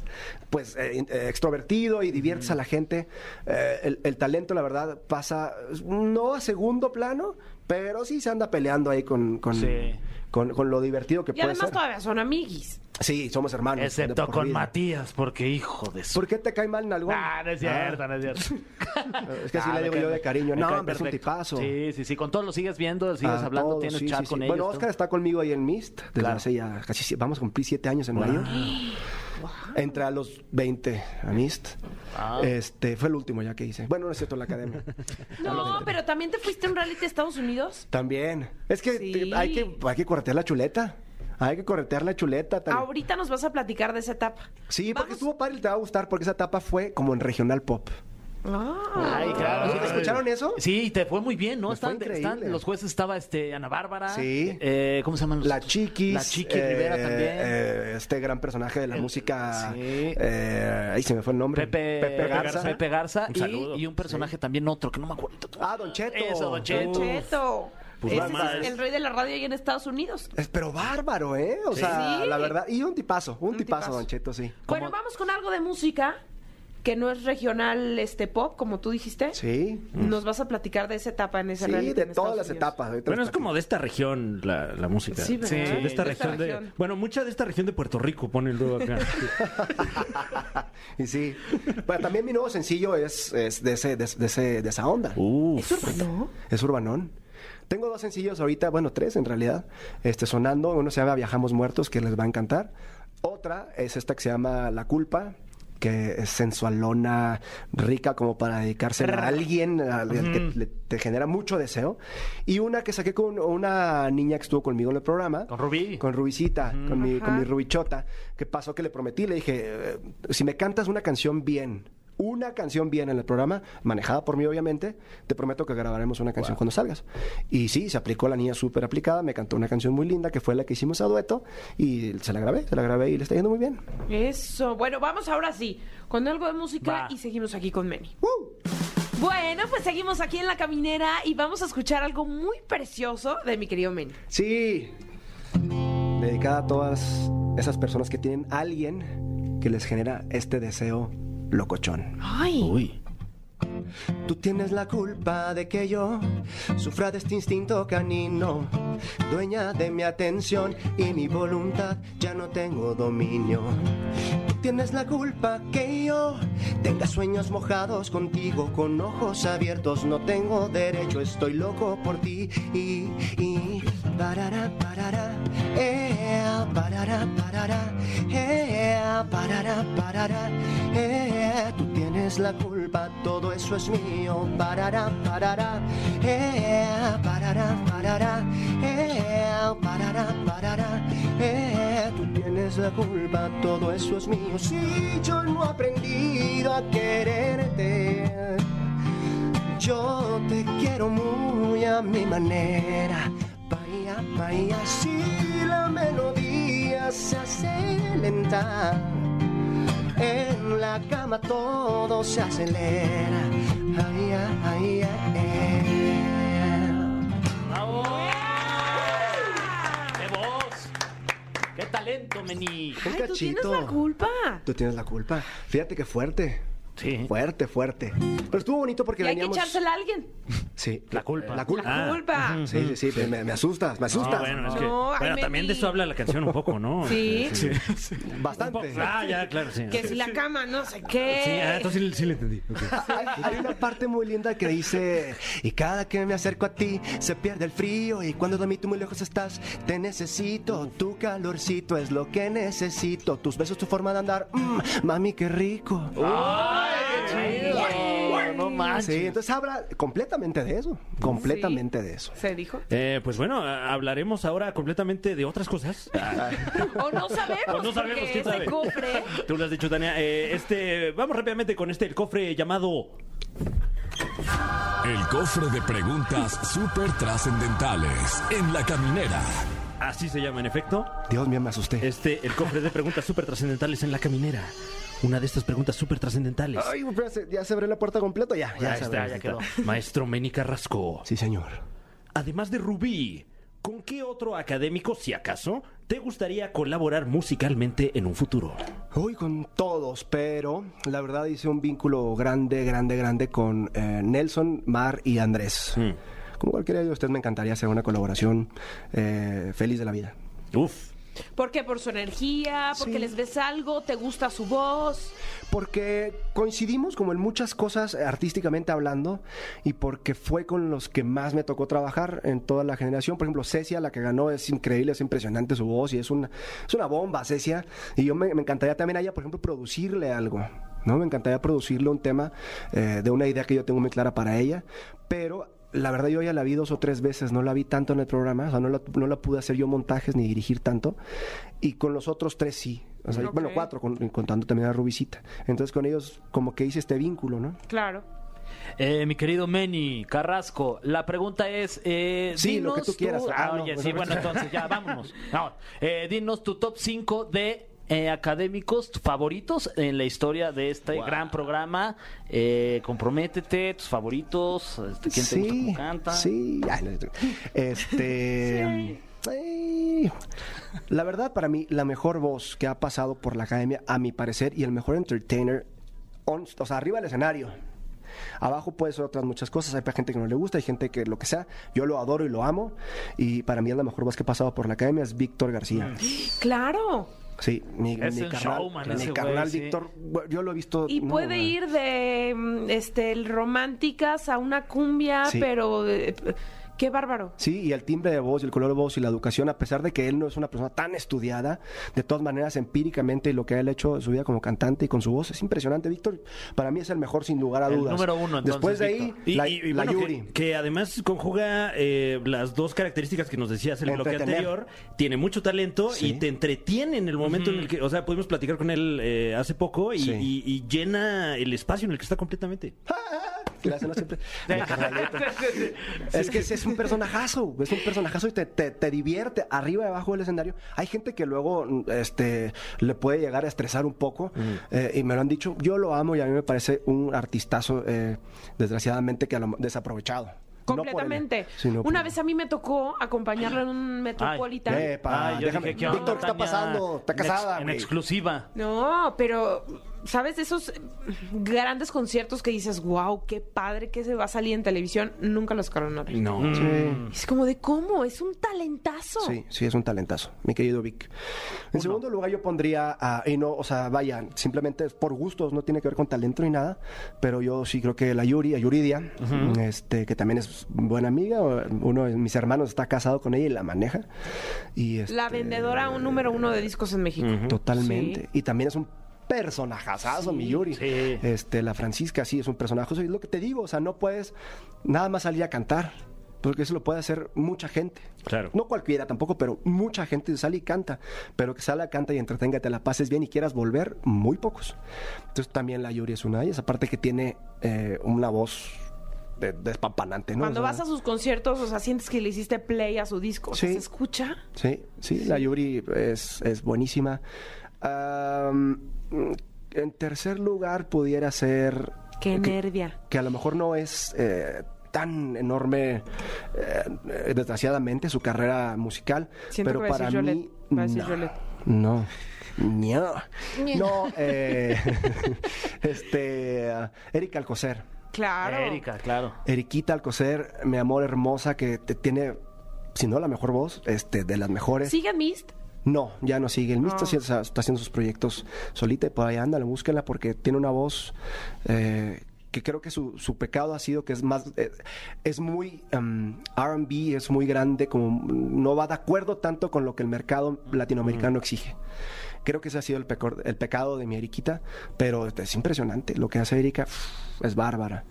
Speaker 5: pues, eh, in- eh, extrovertido y diviertes a la gente, eh, el, el talento, la verdad, pasa eh, no a segundo plano, pero sí se anda peleando ahí con, con,
Speaker 6: Sí.
Speaker 5: con, con lo divertido que
Speaker 2: Y
Speaker 5: puede
Speaker 2: además
Speaker 5: ser.
Speaker 2: todavía son amiguis.
Speaker 5: Sí, somos hermanos. de
Speaker 6: Excepto
Speaker 5: por
Speaker 6: con
Speaker 5: vida.
Speaker 6: Matías, porque hijo de su...
Speaker 5: ¿Por qué te cae mal Nalgón?
Speaker 6: Ah, no es cierto, no es cierto.
Speaker 5: (laughs) Es que así
Speaker 6: Ah,
Speaker 5: le
Speaker 6: me
Speaker 5: digo
Speaker 6: cae-
Speaker 5: yo de cariño.
Speaker 6: me
Speaker 5: No,
Speaker 6: cae
Speaker 5: hombre, es un
Speaker 6: perfecto.
Speaker 5: tipazo.
Speaker 6: Sí, sí, sí. Con todos los sigues viendo, sigues
Speaker 5: A
Speaker 6: hablando,
Speaker 5: todos,
Speaker 6: tienes
Speaker 5: sí,
Speaker 6: chat
Speaker 5: sí, sí.
Speaker 6: con ellos.
Speaker 5: Bueno,
Speaker 6: todo.
Speaker 5: Oscar está conmigo ahí en MIST desde
Speaker 6: Claro.
Speaker 5: hace ya casi, sie- vamos a cumplir siete años en mayo. Entré a los 20 a MIST. Este, fue el último ya que hice. Bueno, no es cierto,
Speaker 6: (laughs)
Speaker 5: la academia.
Speaker 2: No, pero también te fuiste a un rally de Estados Unidos.
Speaker 5: También. Es que
Speaker 2: Sí.
Speaker 5: te- hay que hay que corretear la chuleta. Hay que corretear la chuleta. también.
Speaker 2: Ahorita nos vas a platicar de esa etapa.
Speaker 5: Sí, porque
Speaker 2: Vamos.
Speaker 5: estuvo padre y te va a gustar porque esa etapa fue como en regional pop.
Speaker 2: Ah.
Speaker 6: Ay, claro.
Speaker 5: ¿Escucharon eso?
Speaker 6: Sí, y te fue muy bien, ¿no?
Speaker 5: Me fue
Speaker 6: Están,
Speaker 5: increíble.
Speaker 6: están- los jueces estaba este Ana Bárbara.
Speaker 5: Sí.
Speaker 6: eh, ¿Cómo se llaman los
Speaker 5: La
Speaker 6: otros?
Speaker 5: Chiquis.
Speaker 6: La Chiqui Rivera
Speaker 5: eh,
Speaker 6: también.
Speaker 5: eh, este gran personaje de la música.
Speaker 6: sí.
Speaker 5: eh, ahí se me fue el nombre.
Speaker 6: Pepe,
Speaker 5: Pepe Garza.
Speaker 6: Pepe Garza
Speaker 3: Un
Speaker 6: y-
Speaker 3: saludo.
Speaker 6: y, un personaje también otro que no me acuerdo.
Speaker 5: Ah, Don Cheto.
Speaker 6: Eso, Don Cheto.
Speaker 2: Don Cheto.
Speaker 3: Pues
Speaker 2: Ese
Speaker 3: nada más.
Speaker 2: es el rey de la radio ahí en Estados Unidos.
Speaker 5: Es- pero bárbaro, ¿eh? O sea,
Speaker 2: Sí.
Speaker 5: la verdad. Y un tipazo, un,
Speaker 2: Un
Speaker 5: tipazo,
Speaker 2: tipazo.
Speaker 5: Don Cheto, sí.
Speaker 2: Bueno, vamos con algo de música que no es regional este pop, como tú dijiste.
Speaker 5: Sí.
Speaker 2: Nos vas a platicar de esa etapa en ese
Speaker 5: Sí,
Speaker 2: reality
Speaker 5: de
Speaker 2: en
Speaker 5: todas
Speaker 2: Estados
Speaker 5: las
Speaker 2: Unidos.
Speaker 5: etapas. Ahorita
Speaker 3: Bueno,
Speaker 5: les
Speaker 3: es como de esta región la, la música.
Speaker 2: Sí, ¿verdad?
Speaker 3: de
Speaker 2: de
Speaker 3: esta
Speaker 2: esta
Speaker 3: región de.
Speaker 2: región.
Speaker 3: Bueno, mucha de esta región de Puerto Rico ponen luego acá.
Speaker 5: platico. Y sí. Pero también mi nuevo sencillo es, es de, ese, de, de ese- de esa onda.
Speaker 2: ¿Es
Speaker 3: Uf.
Speaker 2: urbano?
Speaker 5: Es urbanón. Tengo dos sencillos ahorita, bueno, tres en realidad, este, sonando. Uno se llama Viajamos Muertos, que les va a encantar. Otra es esta que se llama La Culpa, que es sensualona, rica como para dedicarse a alguien al- al que le- te genera mucho deseo. Y una que saqué con una niña que estuvo conmigo en el programa.
Speaker 6: Con Rubí.
Speaker 5: Con Rubicita, con, mi, con
Speaker 2: Ajá.
Speaker 5: mi Rubichota. Que pasó que le prometí, le dije, eh, si me cantas una canción bien, una canción bien en el programa, manejada por mí obviamente, te prometo que grabaremos una canción cuando salgas. Y sí, se aplicó la niña súper aplicada, me cantó una canción muy linda que fue la que hicimos a dueto y se la grabé, se la grabé y le está yendo muy bien.
Speaker 2: Eso. Bueno, vamos ahora sí, con algo de música
Speaker 6: Va.
Speaker 2: y seguimos aquí con Meni.
Speaker 5: ¡Uh!
Speaker 2: Bueno, pues seguimos aquí en la caminera y vamos a escuchar algo muy precioso de mi querido Meni.
Speaker 5: Sí. Dedicada a todas esas personas que tienen alguien que les genera este deseo locochón.
Speaker 2: Ay.
Speaker 5: Tú tienes la culpa de que yo sufra de este instinto canino, dueña de mi atención y mi voluntad ya no tengo dominio. Tú tienes la culpa que yo tenga sueños mojados contigo, con ojos abiertos, no tengo derecho, estoy loco por ti y, y, parará, parará, eh, parará, parará, eh, parará, parará, eh, tú tienes la culpa, todo eso es mío, parará, parará, eh, parará, parará, eh, parará, parará, eh, tú tienes la culpa, todo eso es mío, si yo no he aprendido a quererte. Yo te quiero muy a mi manera. Vaya, vaya, si la melodía se hace lenta. En la cama todo se acelera. Ay, ay, ay, ay.
Speaker 6: ¡Bravo! ¡Qué voz! ¡Qué talento, Meni!
Speaker 2: Ay,
Speaker 5: Un
Speaker 2: tú tienes
Speaker 5: cachito.
Speaker 2: la culpa.
Speaker 5: Tú tienes la culpa. Fíjate que fuerte.
Speaker 6: Sí.
Speaker 5: Fuerte, fuerte. Pero estuvo bonito porque
Speaker 2: Y hay que
Speaker 5: veníamos.
Speaker 2: echársela a alguien.
Speaker 5: Sí.
Speaker 3: La culpa.
Speaker 5: La culpa.
Speaker 3: Ah.
Speaker 2: Culpa.
Speaker 5: Sí, sí, sí. Me, me asustas, me asustas.
Speaker 3: No, bueno, es que.
Speaker 2: No, ay,
Speaker 3: bueno, también
Speaker 2: Meni.
Speaker 3: de eso habla la canción un poco, ¿no?
Speaker 2: (laughs) Sí.
Speaker 5: Bastante.
Speaker 3: Ah, ya, claro, sí.
Speaker 2: Que
Speaker 3: sí.
Speaker 2: si
Speaker 3: Sí,
Speaker 2: la cama no sé
Speaker 3: ah,
Speaker 2: qué.
Speaker 3: entonces sí, sí le entendí. ok.
Speaker 5: (laughs) Hay, hay una parte muy linda que dice, y cada que me acerco a ti se pierde el frío y cuando de mí tú muy lejos estás, te necesito, tu calorcito es lo que necesito, tus besos, tu forma de andar, mm, mami, qué rico.
Speaker 6: No
Speaker 3: Ah,
Speaker 6: manches.
Speaker 5: sí, entonces habla completamente de eso, completamente de eso.
Speaker 2: ¿Se dijo?
Speaker 3: Eh, pues bueno, a- hablaremos ahora completamente de otras cosas. Ah,
Speaker 2: O no sabemos.
Speaker 3: O no sabemos,
Speaker 2: porque
Speaker 3: quién
Speaker 2: ese
Speaker 3: sabe.
Speaker 2: cofre.
Speaker 3: Tú lo has dicho, Tania. Eh, este, vamos rápidamente con este, el cofre llamado.
Speaker 1: El cofre de preguntas súper trascendentales en la caminera.
Speaker 3: Así se llama, en efecto.
Speaker 5: Dios mío, me asusté.
Speaker 3: Este, el cofre de preguntas súper trascendentales en la caminera. Una de estas preguntas súper trascendentales.
Speaker 5: Ay, pero se- ya se abrió la puerta completa, ya, ya,
Speaker 3: Ahí
Speaker 5: se
Speaker 3: está,
Speaker 5: abrió.
Speaker 3: ya quedó. Maestro Meni Carrasco.
Speaker 5: Sí, señor.
Speaker 3: Además de Rubí, ¿con qué otro académico, si acaso, te gustaría colaborar musicalmente en un futuro?
Speaker 5: Uy, con todos, pero la verdad hice un vínculo grande, grande, grande con eh, Nelson, Mar y Andrés.
Speaker 3: Mm.
Speaker 5: Como cualquiera de ustedes, me encantaría hacer una colaboración eh, feliz de la vida.
Speaker 3: Uf.
Speaker 2: Porque por su energía, porque
Speaker 5: Sí.
Speaker 2: les ves algo, te gusta su voz.
Speaker 5: Porque coincidimos como en muchas cosas eh, artísticamente hablando y porque fue con los que más me tocó trabajar en toda la generación. Por ejemplo, Cecia, la que ganó, es increíble, es impresionante su voz y es una, es una bomba, Cecia. Y yo me, me encantaría también a ella, por ejemplo, producirle algo. ¿no? Me encantaría producirle un tema eh, de una idea que yo tengo muy clara para ella, pero... La verdad yo ya la vi dos o tres veces, no la vi tanto en el programa, o sea, no la, no la pude hacer yo montajes ni dirigir tanto, y con los otros tres sí, o sea, bueno,
Speaker 2: Ok.
Speaker 5: cuatro, con- eh, contando también a Rubicita. Entonces con ellos como que hice este vínculo, ¿no?
Speaker 2: Claro.
Speaker 6: Eh, mi querido Meni Carrasco, la pregunta es: eh,
Speaker 5: Sí,
Speaker 6: dinos
Speaker 5: lo que tú quieras.
Speaker 6: Ah,
Speaker 5: Ah, no,
Speaker 6: oye,
Speaker 5: bueno.
Speaker 6: sí, bueno, entonces ya
Speaker 5: (laughs)
Speaker 6: vámonos. No, eh, dinos tu top 5 de eh, académicos favoritos en la historia de este gran programa. Eh, comprométete, tus favoritos, este, quién te gusta cómo canta.
Speaker 5: Sí, ay, no, este... ay, La verdad, para mí, la mejor voz que ha pasado por la academia, a mi parecer, y el mejor entertainer, on- o sea, arriba del escenario. Abajo puede ser otras muchas cosas. Hay gente que no le gusta, hay gente que lo que sea. Yo lo adoro y lo amo. Y para mí es la mejor voz que ha pasado por la academia, es Víctor García.
Speaker 2: Claro.
Speaker 5: Sí, mi,
Speaker 6: Mm. Es
Speaker 5: mi
Speaker 6: un
Speaker 5: carnal,
Speaker 6: showman
Speaker 5: mi
Speaker 6: ese güey,
Speaker 5: carnal
Speaker 6: sí.
Speaker 5: Víctor, bueno, yo lo he visto.
Speaker 2: Y
Speaker 5: no,
Speaker 2: puede
Speaker 5: no.
Speaker 2: ir de mm, este el románticas a una cumbia,
Speaker 5: Sí.
Speaker 2: pero eh, qué bárbaro.
Speaker 5: Sí, y el timbre de voz, y el color de voz y la educación, a pesar de que él no es una persona tan estudiada, de todas maneras, empíricamente, y lo que él ha hecho en su vida como cantante y con su voz es impresionante. Víctor, para mí es el mejor, sin lugar a
Speaker 6: El
Speaker 5: dudas.
Speaker 6: número uno, entonces,
Speaker 5: Después de ahí,
Speaker 3: Y,
Speaker 5: la,
Speaker 3: y- y
Speaker 5: la
Speaker 3: bueno, que-
Speaker 5: Yuri.
Speaker 3: Que, además conjuga eh, las dos características que nos decías en el bloque
Speaker 5: Entretener.
Speaker 3: anterior. Tiene mucho talento y te entretiene en el momento en el que. O sea, pudimos platicar con él eh, hace poco y,
Speaker 5: Sí. Ah,
Speaker 3: y- y llena el espacio en el que está completamente.
Speaker 5: Gracias,
Speaker 2: (laughs)
Speaker 5: no siempre. Mi carnalito. es que sí, es un personajazo, es un personajazo y te, te- te divierte arriba y abajo del escenario. Hay gente que luego mm, este, le puede llegar a estresar un poco eh, y me lo han dicho. Yo lo amo y a mí me parece un artistazo, eh, desgraciadamente, que a lo- desaprovechado. No por él,
Speaker 2: Completamente.
Speaker 5: sino por-
Speaker 2: Una vez a mí me tocó acompañarlo en un Metropolitan.
Speaker 5: Epa,
Speaker 6: Ay, Ah, yo
Speaker 5: déjame-
Speaker 6: dije, ¿qué onda,
Speaker 5: Víctor, ¿qué está
Speaker 6: Tania?
Speaker 5: pasando? Está
Speaker 6: En ex-
Speaker 5: casada,
Speaker 6: En
Speaker 5: güey.
Speaker 6: exclusiva.
Speaker 2: No, pero sabes de esos eh, grandes conciertos que dices, "Wow, qué padre que se va a salir en televisión", nunca los coronaron.
Speaker 3: No.
Speaker 2: Es como de cómo, es un talentazo.
Speaker 5: Sí, sí, es un talentazo, mi querido Vic. En segundo lugar, yo pondría a. Y no, o sea, vaya, simplemente es por gustos, no tiene que ver con talento ni nada. Pero yo sí creo que la Yuri, a Yuridia, este, que también es buena amiga, o- uno de mis hermanos está casado con ella y la maneja. Y
Speaker 2: La
Speaker 5: este,
Speaker 2: vendedora un número uno de discos en México.
Speaker 5: Totalmente.
Speaker 2: Sí.
Speaker 5: Y también es un personajazazo, mi Yuri.
Speaker 6: sí.
Speaker 5: Este, la Francisca sí es un personaje. Es lo que te digo, o sea, no puedes nada más salir a cantar. Porque eso lo puede hacer mucha gente.
Speaker 3: Claro.
Speaker 5: No cualquiera tampoco, pero mucha gente sale y canta. Pero que sale, canta y entretenga, te la pases bien y quieras volver, muy pocos. Entonces también la Yuri es una de ellas. Aparte que tiene eh, una voz de- despampanante, ¿no?
Speaker 2: Cuando
Speaker 5: O sea,
Speaker 2: vas a sus conciertos, o sea, sientes que le hiciste play a su disco. O sea,
Speaker 5: Sí.
Speaker 2: ¿Se escucha?
Speaker 5: Sí, sí, la Yuri es, es buenísima. Am, en tercer lugar pudiera ser...
Speaker 2: Qué
Speaker 5: que-
Speaker 2: nervia.
Speaker 5: Que a lo mejor no es eh, tan enorme, eh, eh, desgraciadamente, su carrera musical.
Speaker 2: Siento
Speaker 5: pero
Speaker 2: que va a
Speaker 5: para
Speaker 2: decir
Speaker 5: mí...
Speaker 2: Yolette, va a decir
Speaker 5: no,
Speaker 2: Yolette.
Speaker 5: no. No.
Speaker 2: (laughs)
Speaker 5: No, eh, (laughs) este... Erika Alcocer.
Speaker 2: Claro.
Speaker 6: Erika, claro.
Speaker 5: Eriquita Alcocer, mi amor hermosa, que te tiene... Si no la mejor voz, este, de las mejores.
Speaker 2: ¿Siguen Mist?
Speaker 5: No, ya no sigue. El
Speaker 2: Ah.
Speaker 5: Mista sí está, está haciendo sus proyectos solita y por ahí ándale, búsquenla porque tiene una voz eh, que creo que su, su pecado ha sido que es más. eh, es muy em, RB, es muy grande, como no va de acuerdo tanto con lo que el mercado latinoamericano
Speaker 2: Mm.
Speaker 5: exige. Creo que ese ha sido el, pecor- el pecado de mi Eriquita, pero es impresionante. Lo que hace Erika pf, es bárbara.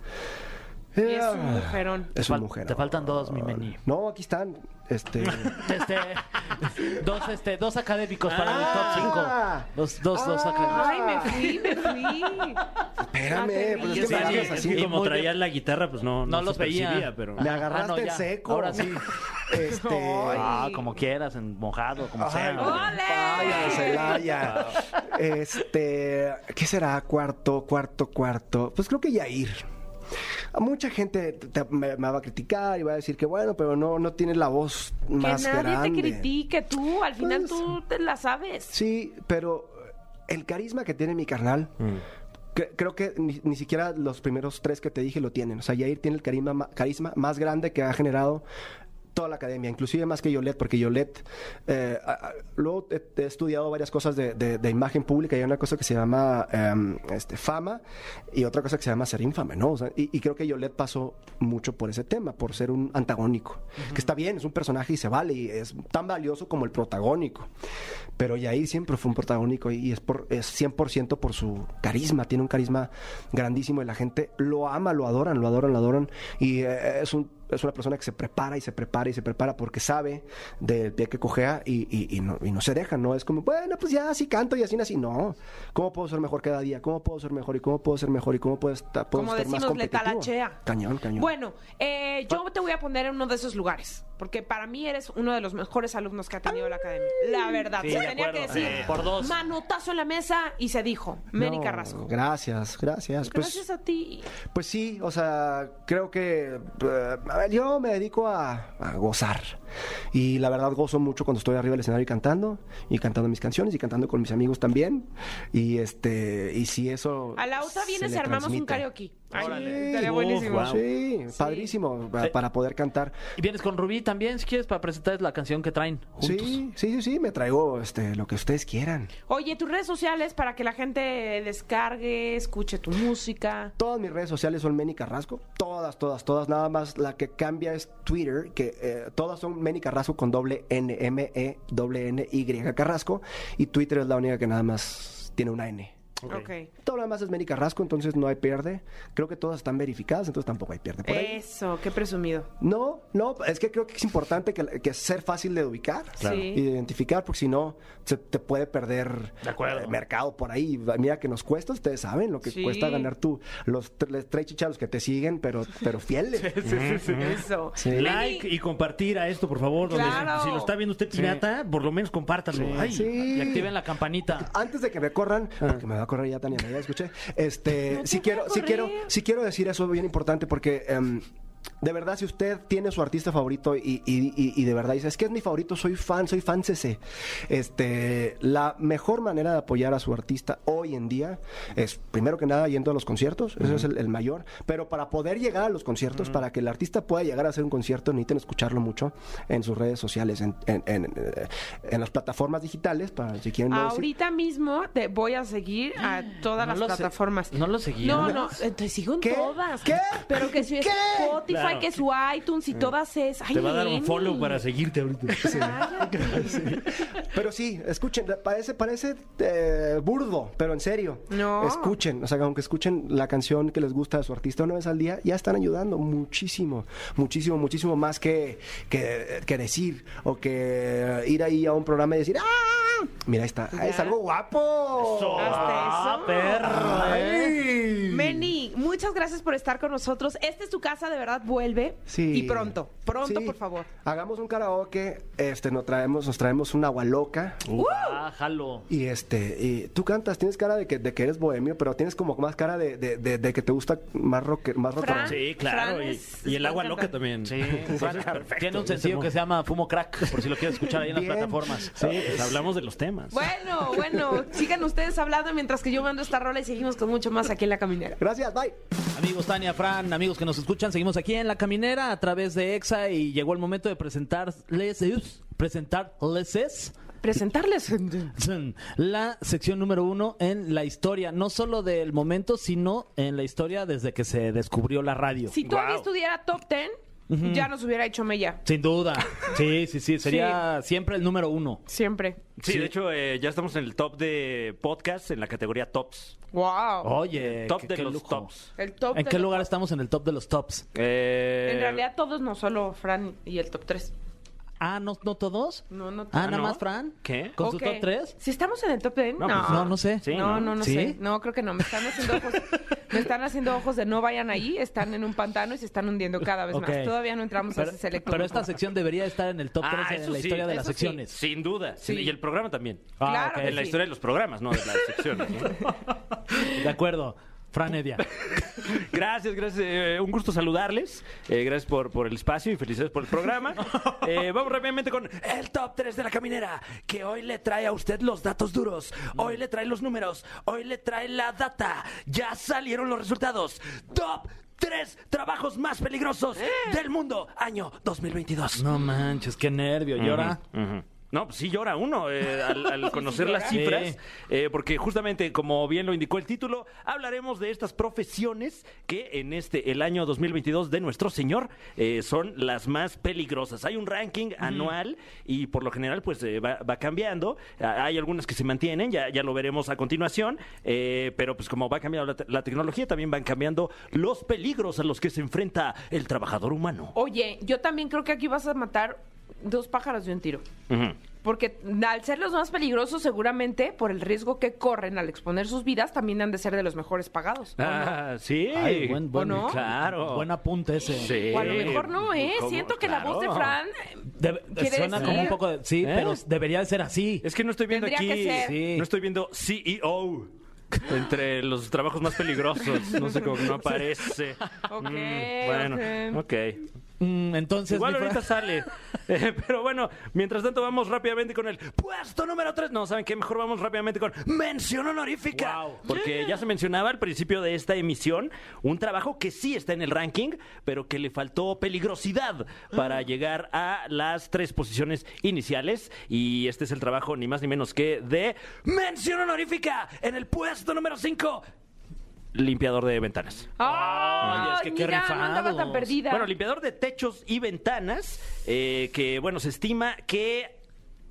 Speaker 2: Es un mujerón.
Speaker 5: Es
Speaker 6: Fal-
Speaker 5: un mujer.
Speaker 6: Te faltan dos, mi meni.
Speaker 5: No, aquí están.
Speaker 2: (laughs)
Speaker 5: Este. (laughs)
Speaker 6: Este, dos, este, dos académicos para
Speaker 5: Ah.
Speaker 6: el top 5. Dos, dos, dos
Speaker 5: Ah.
Speaker 6: académicos.
Speaker 2: Ay, me fui, me
Speaker 5: (laughs)
Speaker 2: fui.
Speaker 5: Espérame, pues
Speaker 2: Yo
Speaker 5: es que me
Speaker 2: Ah, sí,
Speaker 5: agarras así.
Speaker 3: Y
Speaker 6: sí,
Speaker 3: como
Speaker 6: muy
Speaker 3: traías la guitarra, pues no,
Speaker 6: No
Speaker 3: se
Speaker 6: los veía.
Speaker 3: percibía, pero...
Speaker 5: Me
Speaker 6: Ah,
Speaker 5: agarraste
Speaker 6: no,
Speaker 5: en
Speaker 6: ya.
Speaker 5: seco.
Speaker 6: Ahora sí.
Speaker 5: (laughs) Este.
Speaker 6: Ah, como quieras, en mojado, como
Speaker 5: Ay,
Speaker 6: sea.
Speaker 2: ¡Ole!
Speaker 5: Celaya,
Speaker 6: (laughs)
Speaker 5: Celaya. Este, ¿qué será? Cuarto, cuarto, cuarto. Pues creo que Yair. A mucha gente te- me, me va a criticar y va a decir que bueno, pero no, no tiene la voz
Speaker 2: Que
Speaker 5: más
Speaker 2: nadie
Speaker 5: grande.
Speaker 2: te critique, tú. Al final
Speaker 5: Pues-
Speaker 2: tú te la sabes.
Speaker 5: Sí, pero el carisma que tiene mi carnal. cre- Creo que ni, ni siquiera los primeros tres que te dije lo tienen. O sea, Yair tiene el carisma, ma- carisma más grande que ha generado toda la academia, inclusive más que Yolette, porque Yolette, eh, a- a- luego he, he estudiado varias cosas de, de- de imagen pública y hay una cosa que se llama em, este, fama y otra cosa que se llama ser infame, ¿no? O sea, y, y creo que Yolette pasó mucho por ese tema, por ser un antagónico, que está bien, es un personaje y se vale y es tan valioso como el protagónico. Pero Yair siempre fue un protagónico y y es, por, es 100% por su carisma. Tiene un carisma grandísimo y la gente lo ama, lo adoran, lo adoran, lo adoran. Y eh, es, un- es una persona que se prepara y se prepara y se prepara porque sabe del pie que cojea y, y- y no, y no se deja. No es como, bueno, pues ya así canto y así nací. No. ¿Cómo puedo ser mejor cada día? ¿Cómo puedo ser mejor? ¿Y cómo puedo ser mejor? ¿Y cómo puedo estar, puedo
Speaker 2: Como
Speaker 5: estar más
Speaker 2: decimos, le
Speaker 5: competitivo?
Speaker 2: talachea.
Speaker 5: Cañón, cañón.
Speaker 2: Bueno, eh, yo te voy a poner en uno de esos lugares, porque para mí eres uno de los mejores alumnos que ha tenido la academia. La verdad,
Speaker 6: Sí,
Speaker 2: se
Speaker 6: de
Speaker 2: tenía que
Speaker 6: acuerdo.
Speaker 2: decir.
Speaker 6: Sí. Por dos.
Speaker 2: Manotazo en la mesa y se dijo, Meni
Speaker 5: No,
Speaker 2: Carrasco.
Speaker 5: Gracias, gracias. Pues-
Speaker 2: Gracias a ti.
Speaker 5: Pues sí, o sea, creo que eh, a ver, yo me dedico a, a gozar. Y la verdad gozo mucho cuando estoy arriba del escenario y cantando, y cantando mis canciones, y cantando con mis amigos también. Y este, y si eso.
Speaker 2: A la otra
Speaker 5: se
Speaker 2: vienes y
Speaker 5: le
Speaker 2: armamos un
Speaker 5: transmite.
Speaker 2: karaoke. Ay,
Speaker 5: Órale.
Speaker 2: estaría buenísimo.
Speaker 3: Uf, wow.
Speaker 5: Sí, padrísimo pa- para poder cantar.
Speaker 6: Y vienes con Rubí también, si quieres, para presentar la canción que traen juntos.
Speaker 5: Sí, sí, sí, sí, me traigo este lo que ustedes quieran.
Speaker 2: Oye, tus redes sociales para que la gente descargue, escuche tu música.
Speaker 5: Todas mis redes sociales son Meni Carrasco. Todas, todas, todas. Nada más la que cambia es Twitter, que eh, todas son Meni Carrasco con doble N, M, E, doble N, Y Carrasco. Y Twitter es la única que nada más tiene una N.
Speaker 2: Ok.
Speaker 5: Todo lo demás es Meni Carrasco, entonces no hay pierde. Creo que todas están verificadas, entonces tampoco hay pierde. Por ahí.
Speaker 2: Eso, qué presumido.
Speaker 5: No, no, es que creo que es importante que, que ser fácil de ubicar
Speaker 2: Claro. Sí.
Speaker 5: y de identificar, porque si no, se te puede perder
Speaker 3: De acuerdo.
Speaker 5: eh, mercado por ahí. Mira que nos cuesta, ustedes saben lo que
Speaker 2: Sí.
Speaker 5: cuesta ganar tú, los tre- los tres chicharos que te siguen, pero,
Speaker 3: (laughs)
Speaker 5: pero fieles.
Speaker 2: Eso.
Speaker 3: Like y compartir a esto, por favor. donde-
Speaker 2: Claro.
Speaker 3: si lo está viendo usted pirata, por lo menos compártalo. Ay,
Speaker 5: Sí.
Speaker 6: Y activen la campanita.
Speaker 5: Antes de que me corran, porque me va a correr ya Tania, ya escuché. Este,
Speaker 2: (laughs) No
Speaker 5: si
Speaker 2: te voy a
Speaker 5: quiero, si quiero,
Speaker 2: correr.
Speaker 5: si quiero decir eso bien importante porque em, de verdad si usted tiene su artista favorito y, y- y- y de verdad dice es que es mi favorito, soy fan, soy fan CC. Este, la mejor manera de apoyar a su artista hoy en día es primero que nada yendo a los conciertos, eso es el, el mayor. Pero para poder llegar a los conciertos, para que el artista pueda llegar a hacer un concierto, necesitan escucharlo mucho en sus redes sociales, en, en- en- eh, en las plataformas digitales para si quieren no decir-
Speaker 2: Ahorita mismo te voy a seguir a todas
Speaker 6: No
Speaker 2: las
Speaker 6: lo sé-
Speaker 2: plataformas.
Speaker 6: no lo seguías.
Speaker 2: No, no, eh, te sigo en
Speaker 5: ¿Qué?
Speaker 2: todas.
Speaker 5: ¿Qué?
Speaker 2: Pero que si es
Speaker 5: ¿Qué?
Speaker 2: Spotify,
Speaker 3: Claro.
Speaker 2: que su iTunes y todas es. Ay,
Speaker 3: Te va a dar un
Speaker 2: neni.
Speaker 3: follow para seguirte ahorita.
Speaker 2: Cállate.
Speaker 5: Pero sí, escuchen, parece, parece eh, burdo, pero en serio.
Speaker 2: No.
Speaker 5: Escuchen, o sea, aunque escuchen la canción que les gusta de su artista una vez al día, ya están ayudando muchísimo, muchísimo, muchísimo más que, que, que decir o que ir ahí a un programa y decir, ¡ah! Mira, ahí está, "Ah, es algo guapo.
Speaker 2: Hasta
Speaker 3: Ah,
Speaker 2: eso.
Speaker 3: perra,
Speaker 5: Ay.
Speaker 2: Meni, muchas gracias por estar con nosotros. Esta es tu casa, de verdad, vuelve.
Speaker 5: Sí.
Speaker 2: Y pronto, pronto,
Speaker 5: Sí.
Speaker 2: por favor.
Speaker 5: Hagamos un karaoke, este, nos traemos, nos traemos un agua loca.
Speaker 6: Ah, jalo.
Speaker 5: Y este, y tú cantas, tienes cara de que, de que eres bohemio, pero tienes como más cara de, de, de- de que te gusta más rock, más rock
Speaker 2: Fran.
Speaker 3: (laughs) Sí, claro.
Speaker 2: Fran
Speaker 3: Y,
Speaker 2: es-
Speaker 3: y el
Speaker 2: es
Speaker 3: agua
Speaker 2: buen
Speaker 3: loca
Speaker 2: cantante.
Speaker 3: también. (laughs)
Speaker 6: Sí, Fran,
Speaker 3: perfecto.
Speaker 6: tiene un sencillo que se llama Fumo Crack, por si lo quieres escuchar ahí en las
Speaker 5: Bien.
Speaker 6: plataformas.
Speaker 3: Sí, pues hablamos de los temas.
Speaker 2: Bueno, bueno, sigan ustedes hablando mientras que yo mando esta rola y seguimos con mucho más aquí en la caminera.
Speaker 5: Gracias, bye.
Speaker 6: Amigos Tania, Fran, amigos que nos escuchan, seguimos aquí en La Caminera a través de EXA y llegó el momento de presentarles, eh, presentarles
Speaker 2: Presentarles.
Speaker 6: (laughs) la sección número uno en la historia, no solo del momento, sino en la historia desde que se descubrió la radio.
Speaker 2: Si todavía
Speaker 3: Guau.
Speaker 2: estuviera top 10, ya nos hubiera hecho mella.
Speaker 4: Sin
Speaker 3: (laughs)
Speaker 4: duda. Sí, sí, sí. Sería siempre el número uno.
Speaker 2: Siempre.
Speaker 3: Sí, de hecho, eh, ya estamos en el top de podcast en la categoría tops.
Speaker 2: Wow.
Speaker 4: Oh. Oye,
Speaker 3: Top
Speaker 4: qué-
Speaker 3: de
Speaker 4: qué
Speaker 3: los
Speaker 4: lujo.
Speaker 3: tops.
Speaker 2: El top
Speaker 4: ¿En
Speaker 2: de
Speaker 4: qué
Speaker 2: los-
Speaker 4: lugar estamos en el top de los tops?
Speaker 3: Eh,
Speaker 2: En realidad todos, no solo Fran y el top 3.
Speaker 4: Ah, ¿no, no todos?
Speaker 2: No, no
Speaker 4: Ah, nada
Speaker 3: ¿no?
Speaker 4: más, Fran.
Speaker 3: ¿Qué?
Speaker 4: ¿Con
Speaker 2: Ok.
Speaker 4: su top 3?
Speaker 2: Si estamos en el top 10, no.
Speaker 3: No, pues
Speaker 4: no, no sé.
Speaker 3: Sí,
Speaker 2: no,
Speaker 3: ¿no?
Speaker 2: no, no
Speaker 4: ¿Sí?
Speaker 2: sé. No, creo que no. Me están haciendo
Speaker 4: (laughs)
Speaker 2: ojos. me están haciendo ojos de no vayan ahí. Están en un pantano y se están hundiendo cada vez
Speaker 4: Ok.
Speaker 2: más. Todavía no entramos
Speaker 4: Pero,
Speaker 2: a ese selecto.
Speaker 4: pero
Speaker 2: grupo.
Speaker 4: esta sección debería estar en el top
Speaker 3: Ah,
Speaker 4: 3
Speaker 3: eso
Speaker 4: en la
Speaker 3: sí,
Speaker 4: historia de
Speaker 2: eso
Speaker 4: las
Speaker 2: sí.
Speaker 4: secciones.
Speaker 3: Sin duda.
Speaker 2: Sí.
Speaker 3: Y el programa también.
Speaker 2: Claro
Speaker 4: ok.
Speaker 2: que
Speaker 3: En la
Speaker 2: sí.
Speaker 3: historia de los programas, no de las secciones. (laughs) ¿no?
Speaker 4: De acuerdo. Fran
Speaker 3: (laughs)
Speaker 4: Evia.
Speaker 7: (laughs)
Speaker 3: Gracias, gracias. eh, un gusto saludarles. Eh, gracias por, por el espacio y felicidades por el programa.
Speaker 7: Eh, vamos rápidamente con el top 3 de la caminera, que hoy le trae a usted los datos duros, hoy le trae los números, hoy le trae la data. Ya salieron los resultados. Top 3 trabajos más peligrosos del mundo, año 2022.
Speaker 4: No manches, qué nervio. ¿Y ahora?
Speaker 3: Ujú. No, pues sí llora uno
Speaker 4: (laughs)
Speaker 3: eh, al, al conocer las
Speaker 4: llora.
Speaker 3: cifras,
Speaker 4: Sí.
Speaker 3: eh, porque justamente como bien lo indicó el título, hablaremos de estas profesiones que en este, el año 2022 de nuestro señor, eh, son las más peligrosas. Hay un ranking anual y por lo general pues eh, va, va cambiando, A- hay algunas que se mantienen, ya, ya lo veremos a continuación, eh, pero pues como va cambiando la, te- la tecnología, también van cambiando los peligros a los que se enfrenta el trabajador
Speaker 4: Oh.
Speaker 3: humano.
Speaker 2: Oye, yo también creo que aquí vas a matar dos pájaros de un tiro.
Speaker 3: Ujú.
Speaker 2: Porque al ser los más peligrosos, seguramente por el riesgo que corren al exponer sus vidas, también han de ser de los mejores pagados. ¿o no?
Speaker 3: Ah, sí.
Speaker 4: Ay, buen, buen,
Speaker 2: ¿O no?
Speaker 3: Claro.
Speaker 4: Buen apunte ese.
Speaker 3: Sí.
Speaker 2: O a lo mejor no, ¿eh?
Speaker 3: ¿Cómo?
Speaker 2: Siento que la voz de
Speaker 3: Claro.
Speaker 2: Fran
Speaker 4: Debe-
Speaker 2: ¿Quiere
Speaker 4: suena como un
Speaker 2: decir?
Speaker 4: poco de- Sí,
Speaker 3: ¿Eh?
Speaker 4: pero debería de ser así.
Speaker 3: Es que no estoy viendo
Speaker 2: Tendría
Speaker 3: aquí.
Speaker 2: que ser.
Speaker 4: Sí.
Speaker 3: No estoy viendo E CEO. Entre los trabajos más peligrosos. No sé cómo
Speaker 2: (laughs)
Speaker 3: que no aparece. Mm,
Speaker 2: Ok,
Speaker 3: bueno,
Speaker 2: ok.
Speaker 3: ok.
Speaker 4: Mm, entonces.
Speaker 3: Igual
Speaker 4: mi Fran-
Speaker 3: ahorita (laughs) sale. Eh, pero bueno, mientras tanto vamos rápidamente con el puesto número 3. No, ¿saben qué? Mejor vamos rápidamente con mención honorífica. Porque ya se mencionaba al principio de esta emisión un trabajo que sí está en el ranking, pero que le faltó peligrosidad para llegar a las tres posiciones iniciales. Y este es el trabajo ni más ni menos que de mención honorífica en el puesto número 5. Limpiador de ventanas.
Speaker 2: ¡Ay,
Speaker 4: Oye, es que qué
Speaker 2: mira, no andaba tan
Speaker 4: rifados.
Speaker 2: perdida.
Speaker 3: Bueno, limpiador de techos y ventanas, eh, que bueno, se estima que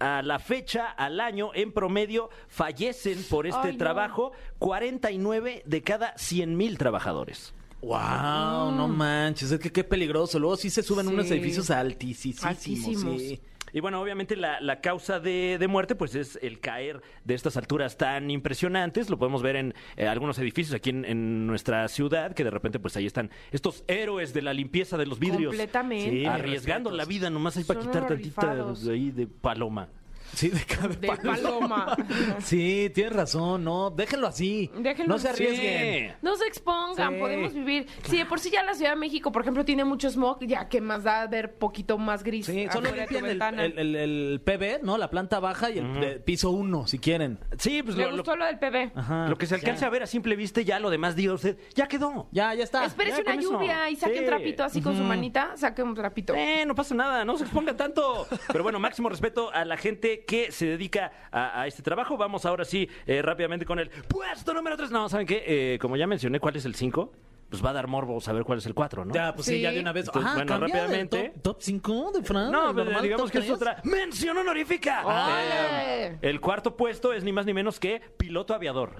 Speaker 3: a la fecha, al año, en promedio, fallecen por este
Speaker 2: Ay, no.
Speaker 3: trabajo 49 de cada 100 mil trabajadores.
Speaker 4: Wow, no manches, es que qué peligroso. Luego sí se suben
Speaker 2: Mm. Sí.
Speaker 4: unos edificios altísimos.
Speaker 2: Altísimos.
Speaker 4: sí.
Speaker 3: Y bueno, obviamente la, la causa de, de muerte pues es el caer de estas alturas tan impresionantes. Lo podemos ver en eh, algunos edificios aquí en, en nuestra ciudad, que de repente pues ahí están estos héroes de la limpieza de los vidrios.
Speaker 2: Completamente. Ah,
Speaker 3: Sí, arriesgando la vida nomás ahí para
Speaker 2: Son
Speaker 3: quitar
Speaker 2: unos
Speaker 3: tantita
Speaker 2: rifados.
Speaker 3: de ahí de paloma.
Speaker 4: Sí, de cada
Speaker 2: De
Speaker 4: palo.
Speaker 2: paloma.
Speaker 4: (laughs) Sí, tienes razón, no, déjenlo así.
Speaker 2: Déjenlo
Speaker 4: no se
Speaker 2: así.
Speaker 4: arriesguen.
Speaker 2: No se expongan,
Speaker 4: Sí.
Speaker 2: podemos vivir. Sí, de por sí ya la Ciudad de México, por ejemplo, tiene mucho smog, ya que más da ver poquito más gris.
Speaker 4: Sí, solo
Speaker 2: afuera Ah, de tu
Speaker 4: limpian el,
Speaker 2: ventana.
Speaker 4: el- el- el PB, ¿no? La planta baja y el, el piso 1, si quieren.
Speaker 3: Sí, pues
Speaker 2: Me
Speaker 3: lo, lo-
Speaker 2: gustó lo del PB.
Speaker 4: Ajá.
Speaker 3: lo que se alcanza a ver a simple vista y ya lo demás diga usted, ya quedó.
Speaker 4: Ya, ya está.
Speaker 2: Espérese Ah,
Speaker 3: ya
Speaker 2: una
Speaker 3: con eso.
Speaker 2: lluvia y saque
Speaker 3: Sí.
Speaker 2: un trapito así con su manita, saque un trapito.
Speaker 3: Eh, no pasa nada, no se expongan tanto. Pero bueno, máximo respeto a la gente que se dedica a, a este trabajo. Vamos ahora sí eh, rápidamente con el puesto número 3. No, ¿saben qué? Eh, como ya mencioné, ¿cuál es el 5? Pues va a dar morbo saber cuál es el 4, ¿no?
Speaker 4: Ya, pues sí.
Speaker 2: Sí.
Speaker 4: ya de una vez.
Speaker 3: Entonces,
Speaker 4: ah,
Speaker 3: bueno,
Speaker 4: cambia del
Speaker 3: rápidamente.
Speaker 4: Top 5 de Fran.
Speaker 3: No,
Speaker 4: del
Speaker 3: pero
Speaker 4: Ah, normal
Speaker 3: digamos
Speaker 4: top
Speaker 3: que es
Speaker 4: tres. Ah,
Speaker 3: otra
Speaker 7: Mención honorífica.
Speaker 2: ¡Ole!
Speaker 3: El cuarto puesto es ni más ni menos que piloto aviador.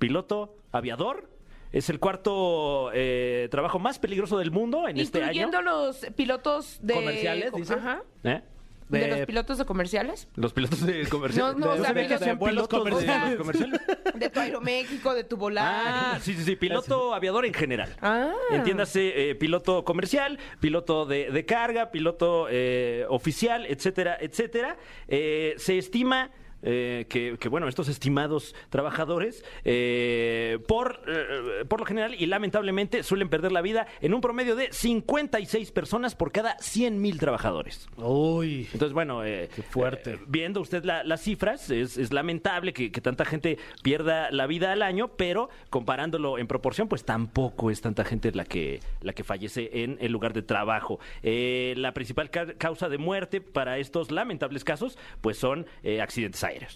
Speaker 3: Piloto aviador es el cuarto eh, trabajo más peligroso del mundo en este año.
Speaker 2: Incluyendo los pilotos de...
Speaker 4: ¿Comerciales,
Speaker 2: co-
Speaker 4: dices?
Speaker 2: Ajá.
Speaker 3: ¿Eh?
Speaker 2: De...
Speaker 4: De-
Speaker 2: los pilotos de comerciales.
Speaker 3: Los pilotos de comerciales.
Speaker 2: No, no,
Speaker 3: ¿De
Speaker 2: o sea,
Speaker 3: dónde
Speaker 2: que
Speaker 3: ves
Speaker 2: sean
Speaker 4: vuelos
Speaker 3: pilotos de-
Speaker 2: comerciales. (laughs)
Speaker 3: comerciales?
Speaker 2: De tu Aeroméxico, de tu volar.
Speaker 3: Ah, sí, sí, sí, piloto aviador en general.
Speaker 2: Ah.
Speaker 3: Entiéndase, eh, piloto comercial, piloto de, de carga, piloto eh, oficial, etcétera, etcétera. Eh, se estima eh, que, que, bueno, estos estimados trabajadores, eh, por, eh, por lo general y lamentablemente, suelen perder la vida en un promedio de 56 personas por cada 100 mil trabajadores.
Speaker 4: Uy.
Speaker 3: Entonces, bueno, eh,
Speaker 4: fuerte.
Speaker 3: eh, viendo usted la- las cifras, es, es lamentable que, que tanta gente pierda la vida al año, pero comparándolo en proporción, pues tampoco es tanta gente la que, la que fallece en el lugar de trabajo. Eh, la principal ca- causa de muerte para estos lamentables casos, pues son eh, accidentes Aires,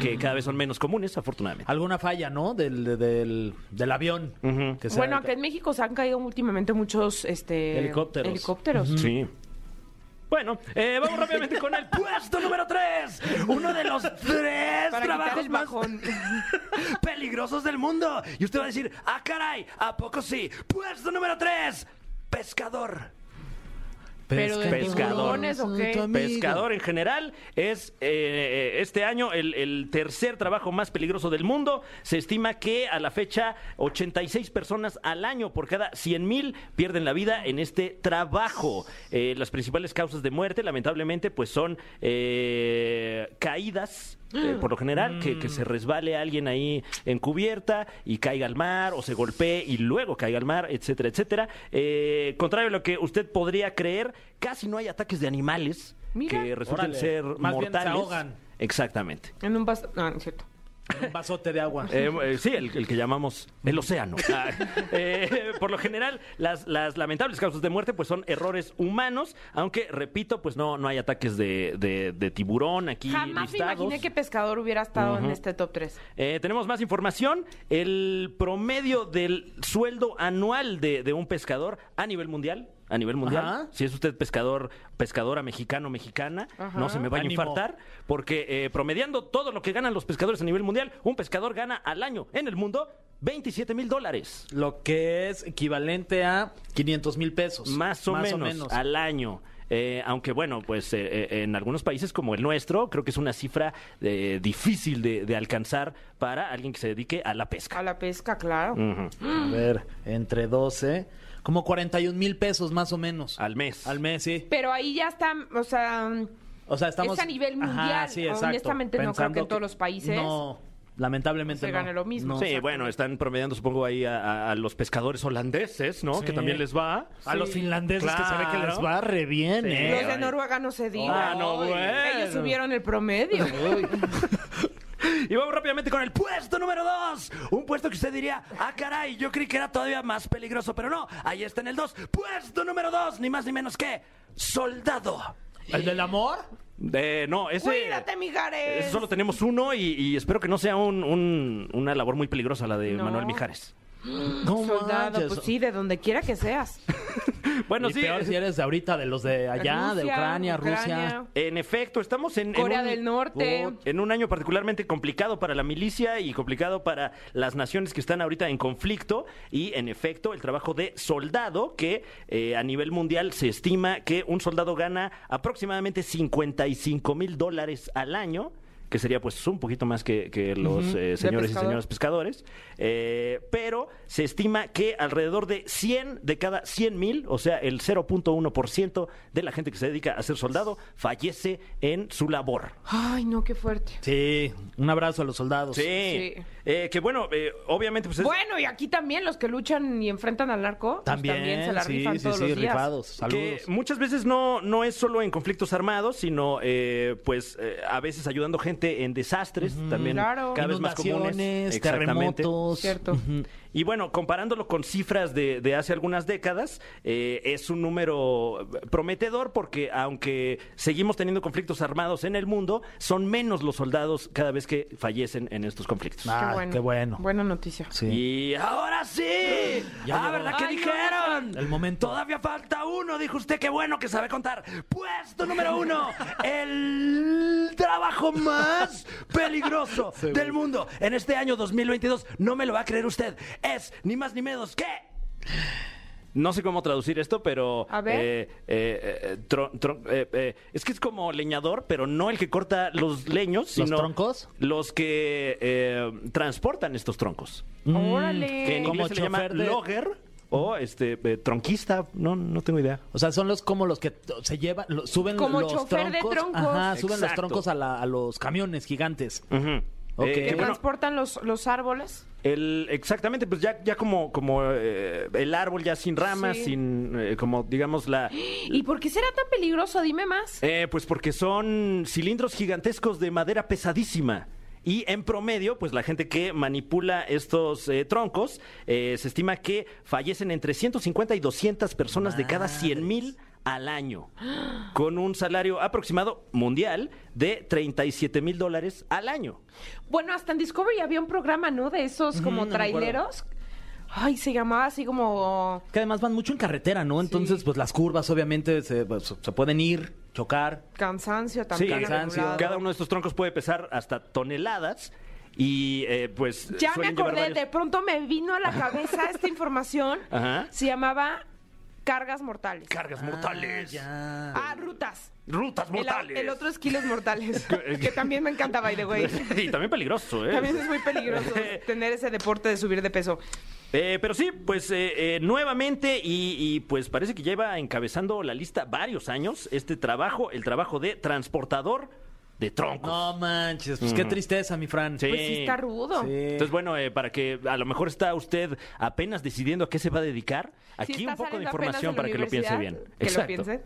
Speaker 3: que cada vez son menos comunes, afortunadamente.
Speaker 4: Alguna falla, ¿no? Del, de- del, del avión. que se-
Speaker 2: Bueno, acá en México se han caído últimamente muchos este,
Speaker 4: Helicópteros.
Speaker 2: helicópteros.
Speaker 3: Sí. Bueno, eh, vamos rápidamente con el puesto número 3. Uno de los tres
Speaker 2: Para quitar
Speaker 3: trabajos
Speaker 2: el
Speaker 3: más
Speaker 2: bajón.
Speaker 3: (laughs) peligrosos del mundo. Y usted va a decir, ah, caray, ¿a poco sí? Puesto número 3. Pescador.
Speaker 2: Pero de
Speaker 3: Pescador.
Speaker 2: tiburones, ¿o qué?
Speaker 4: Tu amigo.
Speaker 3: Pescador en general es eh, este año el, el tercer trabajo más peligroso del mundo. Se estima que a la fecha 86 personas al año por cada 100 mil pierden la vida en este trabajo. Eh, las principales causas de muerte, lamentablemente, pues son eh, caídas. eh, por lo general, que, que se resbale alguien ahí en cubierta y caiga al mar o se golpee y luego caiga al mar, etcétera, etcétera. Eh, contrario a lo que usted podría creer, casi no hay ataques de animales
Speaker 2: Mira.
Speaker 3: que resulten
Speaker 4: Órale.
Speaker 3: Pues ser
Speaker 4: Más bien
Speaker 3: mortales.
Speaker 4: se ahogan.
Speaker 3: Exactamente.
Speaker 2: (laughs) En un vaso. No, no es cierto.
Speaker 4: Un vasote de agua.
Speaker 3: Eh, eh, sí, el, el que llamamos
Speaker 4: (laughs)
Speaker 3: el océano. Ah, eh, por lo general, las, las lamentables causas de muerte pues son errores humanos, aunque, repito, pues no, no hay ataques de, de- de tiburón aquí
Speaker 2: Jamás me
Speaker 3: listados.
Speaker 2: imaginé que pescador hubiera estado en este top 3.
Speaker 3: Eh, tenemos más información. El promedio del sueldo anual de, de un pescador a nivel mundial. A nivel mundial.
Speaker 4: Ajá.
Speaker 3: Si es usted pescador, pescadora mexicano, mexicana,
Speaker 2: Ajá.
Speaker 3: no se me vaya
Speaker 4: Ánimo.
Speaker 3: a infartar, porque eh, promediando todo lo que ganan los pescadores a nivel mundial, un pescador gana al año en el mundo 27 mil dólares.
Speaker 4: Lo que es equivalente a 500 mil pesos.
Speaker 3: Más o, menos, al año. Eh, aunque bueno, pues eh, eh, en algunos países como el nuestro, creo que es una cifra eh, difícil de, de alcanzar para alguien que se dedique a la pesca.
Speaker 2: A la pesca, claro.
Speaker 3: Ujú.
Speaker 4: A ver, entre 12, como 41 mil pesos más o menos.
Speaker 3: Al mes.
Speaker 4: Al mes, sí.
Speaker 2: Pero ahí ya está, o sea,
Speaker 4: O sea, estamos.
Speaker 2: Es a nivel mundial. Honestamente, no creo que en todos los países
Speaker 4: No, lamentablemente
Speaker 2: se
Speaker 4: no.
Speaker 2: gane lo mismo.
Speaker 4: No.
Speaker 3: Sí, bueno, están promediando, supongo, ahí a, a- a los pescadores holandeses, ¿no?
Speaker 4: Sí.
Speaker 3: Que también les va.
Speaker 4: A los finlandeses que se ve que les va re bien,
Speaker 3: Sí.
Speaker 4: ¿eh?
Speaker 2: Los de Noruega no se digan.
Speaker 3: Ah, no, bueno.
Speaker 2: Ellos subieron el
Speaker 3: (laughs)
Speaker 2: promedio.
Speaker 3: Y vamos rápidamente con el puesto número dos. Un puesto que usted diría, ah, caray, yo creí que era todavía más peligroso, pero no. Ahí está en el dos. Puesto número dos, ni más ni menos que soldado.
Speaker 4: ¿El del amor?
Speaker 3: Eh, no, ese.
Speaker 2: Cuídate, mi
Speaker 3: ese Solo tenemos uno y, y espero que no sea un- un- una labor muy peligrosa la de
Speaker 2: No.
Speaker 3: Manuel Mijares.
Speaker 4: No
Speaker 2: Soldado,
Speaker 4: manches.
Speaker 2: pues sí, de donde quiera que
Speaker 3: (laughs)
Speaker 2: seas.
Speaker 3: Bueno,
Speaker 4: Y
Speaker 3: sí.
Speaker 4: peor si eres de ahorita, de los de allá, de
Speaker 2: Rusia,
Speaker 4: Ucrania, Rusia.
Speaker 2: Ucrania.
Speaker 3: En efecto, estamos en en
Speaker 2: Corea
Speaker 3: un-
Speaker 2: del Norte.
Speaker 3: en un año particularmente complicado para la milicia y complicado para las naciones que están ahorita en conflicto y en efecto el trabajo de soldado que eh, a nivel mundial se estima que un soldado gana aproximadamente 55 mil dólares al año que sería pues un poquito más que, que los eh, señores y
Speaker 2: pescador.
Speaker 3: señoras pescadores, eh, pero se estima que alrededor de 100 de cada 100 mil, o sea, el 0.1% de la gente que se dedica a ser soldado fallece en su labor.
Speaker 2: Ay, no, qué fuerte.
Speaker 4: Sí, un abrazo a los soldados.
Speaker 3: Sí.
Speaker 2: Sí.
Speaker 3: Eh, que bueno, eh, obviamente, pues es-
Speaker 2: Bueno, y aquí también los que luchan y enfrentan al narco pues,
Speaker 4: También,
Speaker 2: se la
Speaker 4: sí,
Speaker 2: rifan
Speaker 4: sí,
Speaker 2: todos
Speaker 4: sí,
Speaker 2: los días.
Speaker 4: rifados.
Speaker 3: que
Speaker 4: Saludos.
Speaker 3: muchas veces no, no es solo en conflictos armados, sino eh, pues eh, a veces ayudando gente en desastres también
Speaker 2: Claro.
Speaker 3: cada vez más comunes.
Speaker 4: Inundaciones,
Speaker 3: Exactamente.
Speaker 4: terremotos.
Speaker 2: Cierto.
Speaker 3: Y bueno, comparándolo con cifras de, de hace algunas décadas, eh, es un número prometedor porque aunque seguimos teniendo conflictos armados en el mundo, son menos los soldados cada vez que fallecen en estos conflictos.
Speaker 4: Ah, qué bueno.
Speaker 2: Buena noticia.
Speaker 4: Sí.
Speaker 3: Y ahora (gasps) sí.
Speaker 4: Ya
Speaker 3: ah,
Speaker 4: llegó.
Speaker 3: ¿verdad que
Speaker 2: Ay, no,
Speaker 3: dijeron?
Speaker 4: El momento.
Speaker 3: Todavía falta uno, dijo usted, qué bueno que sabe contar. Puesto (laughs) número uno, el trabajo más (laughs) peligroso del mundo en este año 2022. No me lo va a creer usted. Es ni más ni menos que... (sighs) No sé cómo traducir esto, pero...
Speaker 2: A ver.
Speaker 3: eh, eh, eh, tron- tron- eh, eh, es que es como leñador, pero no el que corta los leños,
Speaker 4: ¿Los
Speaker 3: sino...
Speaker 4: troncos?
Speaker 3: Los que eh, transportan estos troncos
Speaker 2: Órale.
Speaker 3: que en
Speaker 4: Como
Speaker 3: inglés se le llama
Speaker 4: chofer de-
Speaker 3: logger o este eh, tronquista, no no tengo idea.
Speaker 4: O sea, son los como los que t- se llevan, lo- suben
Speaker 2: Como
Speaker 4: los
Speaker 2: chofer de
Speaker 4: troncos.
Speaker 2: troncos.
Speaker 4: Ajá, suben los
Speaker 3: Exacto.
Speaker 4: troncos a, la- a los camiones gigantes.
Speaker 3: Ujú.
Speaker 4: Ok.
Speaker 3: Eh,
Speaker 2: Que
Speaker 3: bueno,
Speaker 2: transportan los, los árboles.
Speaker 3: el, exactamente, pues ya, ya como, como eh, el árbol ya sin ramas,
Speaker 2: Sí.
Speaker 3: sin eh, como digamos la
Speaker 2: ¿Y por qué será tan peligroso? Dime más.
Speaker 3: eh, pues porque son cilindros gigantescos de madera pesadísima. Y en promedio, pues la gente que manipula estos eh, troncos, eh, se estima que fallecen entre 150 y 200 personas de cada 100 mil al año, con un salario aproximado mundial de 37 mil dólares al año.
Speaker 2: Bueno, hasta en Discovery había un programa, ¿no? De esos como traileros. Ay, se llamaba así como...
Speaker 4: Que además van mucho en carretera, ¿no? Entonces, pues las curvas obviamente se, pues, se pueden ir, chocar.
Speaker 2: Cansancio
Speaker 3: Sí,
Speaker 2: también.
Speaker 4: cansancio.
Speaker 2: acumulado.
Speaker 3: cada uno de estos troncos puede pesar hasta toneladas y eh, pues...
Speaker 2: Ya me
Speaker 3: suelen llevar
Speaker 2: acordé,
Speaker 3: varios-
Speaker 2: de pronto me vino a la cabeza esta información.
Speaker 3: Ajá.
Speaker 2: Se llamaba cargas mortales.
Speaker 3: Cargas mortales,
Speaker 2: ah, rutas.
Speaker 3: rutas
Speaker 2: El,
Speaker 3: mortales.
Speaker 2: el otro es kilos
Speaker 3: (laughs)
Speaker 2: mortales, que también me encanta, by the way.
Speaker 3: y también peligroso, ¿eh?
Speaker 2: También es muy
Speaker 3: (laughs)
Speaker 2: peligroso tener ese deporte de subir de peso.
Speaker 3: Eh, pero sí, pues eh, eh, nuevamente y, y, pues parece que lleva encabezando la lista varios años este trabajo, el trabajo de transportador de troncos.
Speaker 4: No manches, pues qué tristeza, mi Fran.
Speaker 3: Mm. Sí.
Speaker 2: Pues sí está rudo.
Speaker 4: Sí.
Speaker 3: Entonces, bueno, eh, para que a lo mejor está usted apenas decidiendo a qué se va a dedicar, aquí
Speaker 2: está
Speaker 3: un poco de
Speaker 2: saliendo apenas
Speaker 3: información
Speaker 2: de la
Speaker 3: para que lo piense bien.
Speaker 2: universidad, que lo piense.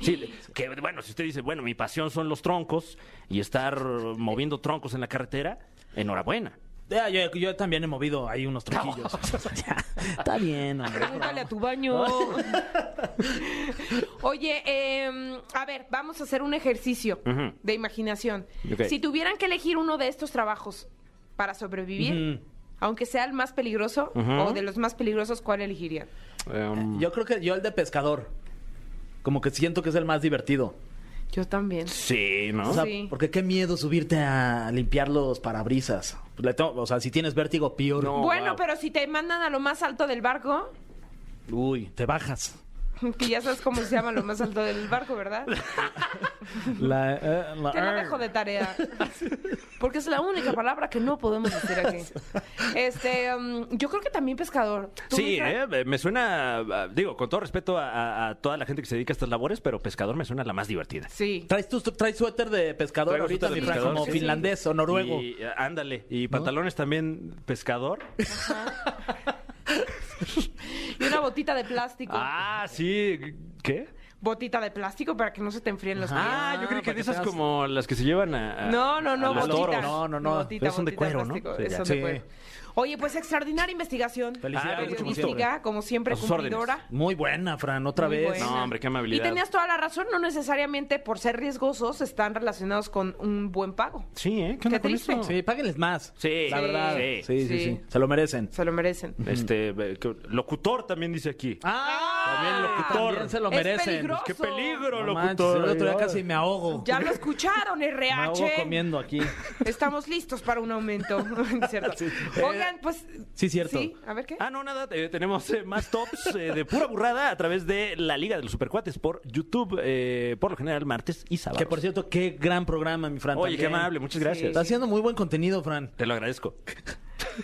Speaker 3: Sí, que bueno, si usted dice, bueno, mi pasión son los troncos y estar eh, moviendo troncos en la carretera, enhorabuena.
Speaker 4: Ya, yo, yo también he movido ahí
Speaker 2: (laughs)
Speaker 4: unos truquillos. está bien, hombre.
Speaker 2: Pregúntale a tu
Speaker 3: (laughs)
Speaker 2: baño. (laughs) Oye, eh, a ver, vamos a hacer un ejercicio
Speaker 3: Ujú.
Speaker 2: de imaginación.
Speaker 3: Ok.
Speaker 2: Si tuvieran que elegir uno de estos trabajos para sobrevivir, aunque sea el más peligroso o de los más peligrosos, ¿cuál elegirían?
Speaker 4: Eh, Yo creo que yo el de pescador. Como que siento que es el más divertido.
Speaker 2: Yo también.
Speaker 3: Sí, ¿no?
Speaker 4: O sea,
Speaker 2: Sí.
Speaker 4: porque qué miedo subirte a limpiar los parabrisas. Pues le tengo- o sea, si tienes vértigo, peor.
Speaker 3: No. Oh,
Speaker 2: bueno,
Speaker 3: wow.
Speaker 2: pero si te mandan a lo más alto del barco, (laughs)
Speaker 4: Uy, te bajas.
Speaker 2: que ya sabes cómo se llama lo más alto del barco, ¿verdad?
Speaker 4: La, eh, la-
Speaker 2: Te lo dejo de tarea. Porque es la única palabra que no podemos decir aquí. Este, mm, yo creo que también pescador. ¿Tú,
Speaker 3: Sí,
Speaker 2: Misa?
Speaker 3: eh, me suena, ah, digo, con todo respeto a, a- a toda la gente que se dedica a estas labores, pero pescador me suena la más divertida.
Speaker 2: Sí.
Speaker 4: ¿Traes, tu, traes suéter de pescador
Speaker 3: Traigo
Speaker 4: ahorita,
Speaker 3: suéter de
Speaker 4: mi Fran,
Speaker 3: pescador,
Speaker 4: como
Speaker 3: sí, sí.
Speaker 4: finlandés o noruego.
Speaker 3: Y, eh, ándale, y pantalones también pescador.
Speaker 2: Y una botita de plástico.
Speaker 3: Ah, sí, ¿qué?
Speaker 2: Botita de plástico para que no se te enfríen los pies.
Speaker 3: Ah, yo creí que
Speaker 4: para
Speaker 3: de
Speaker 4: que
Speaker 3: esas
Speaker 4: tengas-
Speaker 3: como las que se llevan a... a-
Speaker 2: No, no,
Speaker 3: a
Speaker 2: no,
Speaker 3: los
Speaker 2: botita.
Speaker 3: toros.
Speaker 4: No, no, no.
Speaker 2: Botita,
Speaker 3: Pero son de
Speaker 2: botita
Speaker 3: cuero, ¿no?
Speaker 2: plástico,
Speaker 3: Sí, ya.
Speaker 2: son
Speaker 4: Sí.
Speaker 2: de cuero. Oye, pues extraordinaria investigación.
Speaker 4: Felicidades,
Speaker 3: Ah,
Speaker 4: como
Speaker 2: Periodística, como siempre,
Speaker 3: A sus
Speaker 2: cumplidora.
Speaker 4: Muy buena, Fran, otra
Speaker 2: Muy
Speaker 4: vez.
Speaker 2: buena.
Speaker 3: No, hombre, qué amabilidad.
Speaker 2: Y tenías toda la razón, no necesariamente por ser riesgosos están relacionados con un buen pago.
Speaker 3: Sí, ¿eh? ¿Qué
Speaker 2: Qué
Speaker 3: onda con
Speaker 2: triste.
Speaker 3: eso?
Speaker 4: Sí, páguenles más.
Speaker 3: Sí.
Speaker 4: La verdad.
Speaker 3: Sí.
Speaker 4: Sí, sí, sí.
Speaker 2: Sí.
Speaker 4: Se lo merecen.
Speaker 2: Se lo merecen.
Speaker 3: Este, eh, que- locutor también dice aquí.
Speaker 4: Ah,
Speaker 3: También locutor.
Speaker 4: También se lo
Speaker 2: Es
Speaker 4: merecen.
Speaker 2: peligroso.
Speaker 3: ¡Qué peligro,
Speaker 4: No manches,
Speaker 3: locutor!
Speaker 4: el otro día casi me ahogo.
Speaker 2: Ya lo escucharon,
Speaker 4: me ahogo
Speaker 2: RH.
Speaker 4: comiendo aquí.
Speaker 2: Estamos listos para un aumento. (laughs) ¿Cierto? Oigan, pues.
Speaker 4: sí, cierto.
Speaker 2: Sí, a ver qué.
Speaker 3: Ah, no, nada, eh, tenemos eh, más tops eh, de pura burrada a través de la Liga de los Supercuates por YouTube, eh, por lo general martes (laughs) y sábado.
Speaker 4: Que por cierto, qué gran programa, mi Fran.
Speaker 3: Oye, qué
Speaker 4: también.
Speaker 3: amable, muchas gracias.
Speaker 4: Está haciendo muy buen contenido, Fran.
Speaker 3: Te lo agradezco.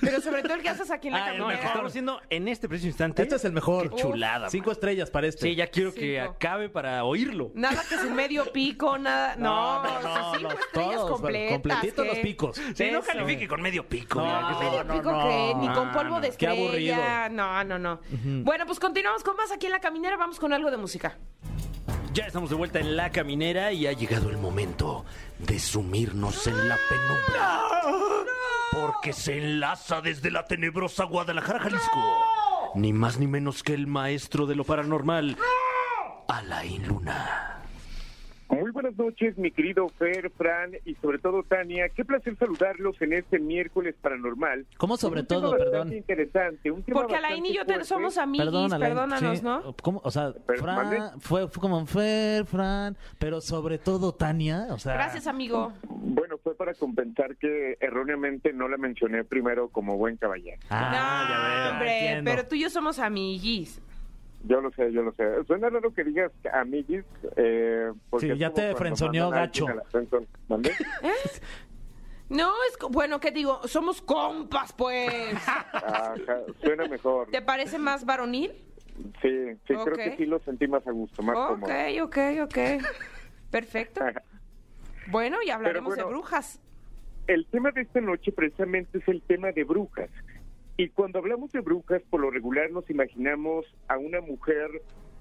Speaker 2: Pero sobre todo el que haces aquí en la
Speaker 3: Ah, el
Speaker 2: caminera.
Speaker 3: mejor. Estamos haciendo en este preciso instante.
Speaker 4: Este es el mejor.
Speaker 3: Qué chulada.
Speaker 4: Cinco
Speaker 3: man.
Speaker 4: estrellas para este.
Speaker 3: Sí, ya quiero que
Speaker 2: Cinco. Mm,
Speaker 3: acabe para oírlo.
Speaker 2: Nada que su medio pico, nada. No,
Speaker 4: No, no, no,
Speaker 2: cinco
Speaker 4: los-
Speaker 2: pues, estrellas
Speaker 4: todos,
Speaker 2: completas.
Speaker 4: completitos
Speaker 2: ¿qué?
Speaker 4: los picos.
Speaker 3: Sí, no
Speaker 2: Eso.
Speaker 3: califique con medio pico.
Speaker 4: No,
Speaker 3: ya, que-
Speaker 2: Medio
Speaker 4: no,
Speaker 2: pico
Speaker 4: no.
Speaker 2: que ni con polvo de
Speaker 4: Qué
Speaker 2: estrella.
Speaker 4: aburrido.
Speaker 2: No, no, no. Bueno, pues continuamos con más aquí en la caminera. Vamos con algo de música.
Speaker 3: ya estamos de vuelta en la caminera y ha llegado el momento de sumirnos en la penumbra. Porque se enlaza desde la tenebrosa Guadalajara, Jalisco. Ni más ni menos que el maestro de lo paranormal, Alain Luna.
Speaker 8: Muy buenas noches, mi querido Fer, Fran y sobre todo Tania. Qué placer saludarlos en este miércoles paranormal.
Speaker 4: ¿Cómo sobre
Speaker 8: Un tema
Speaker 4: todo?
Speaker 8: bastante
Speaker 4: Perdón.
Speaker 8: interesante, un tema
Speaker 2: Porque Alain y yo
Speaker 8: bastante
Speaker 2: te- somos
Speaker 8: fuerte.
Speaker 2: amigos,
Speaker 4: Alain.
Speaker 2: perdónanos,
Speaker 4: Sí.
Speaker 2: ¿no?
Speaker 4: ¿Cómo? O sea,
Speaker 8: Pero, ¿mande?
Speaker 4: Fran, fue, fue como Fer, Fran, pero sobre todo Tania. O sea,
Speaker 2: Gracias, amigo.
Speaker 8: Bueno, fue para compensar que erróneamente no la mencioné primero como buen caballero.
Speaker 4: Ah,
Speaker 2: no,
Speaker 4: ya veo.
Speaker 2: hombre,
Speaker 4: Entiendo.
Speaker 2: pero tú y yo somos amiguis.
Speaker 8: Yo lo sé, yo lo sé. Suena raro que digas amiguis. Eh, porque
Speaker 4: Sí,
Speaker 8: es
Speaker 4: ya
Speaker 8: como
Speaker 4: te
Speaker 8: cuando
Speaker 4: frenzoneó
Speaker 8: mandan a
Speaker 4: gacho.
Speaker 8: alguien a la friendzone. ¿Mande?
Speaker 2: No, es co- bueno, ¿qué digo? Somos compas,
Speaker 4: (laughs)
Speaker 2: pues.
Speaker 8: Ajá, suena
Speaker 2: (laughs)
Speaker 8: mejor.
Speaker 2: ¿Te parece más varonil?
Speaker 8: Sí, sí, creo
Speaker 2: Ok.
Speaker 8: que sí lo sentí más a gusto, más
Speaker 2: Ok,
Speaker 8: cómodo.
Speaker 2: (laughs) ok, ok.
Speaker 4: (laughs)
Speaker 2: Perfecto. Bueno, y hablaremos
Speaker 8: bueno,
Speaker 2: de brujas.
Speaker 8: El tema de esta noche precisamente es el tema de brujas. Y cuando hablamos de brujas, por lo regular nos imaginamos a una mujer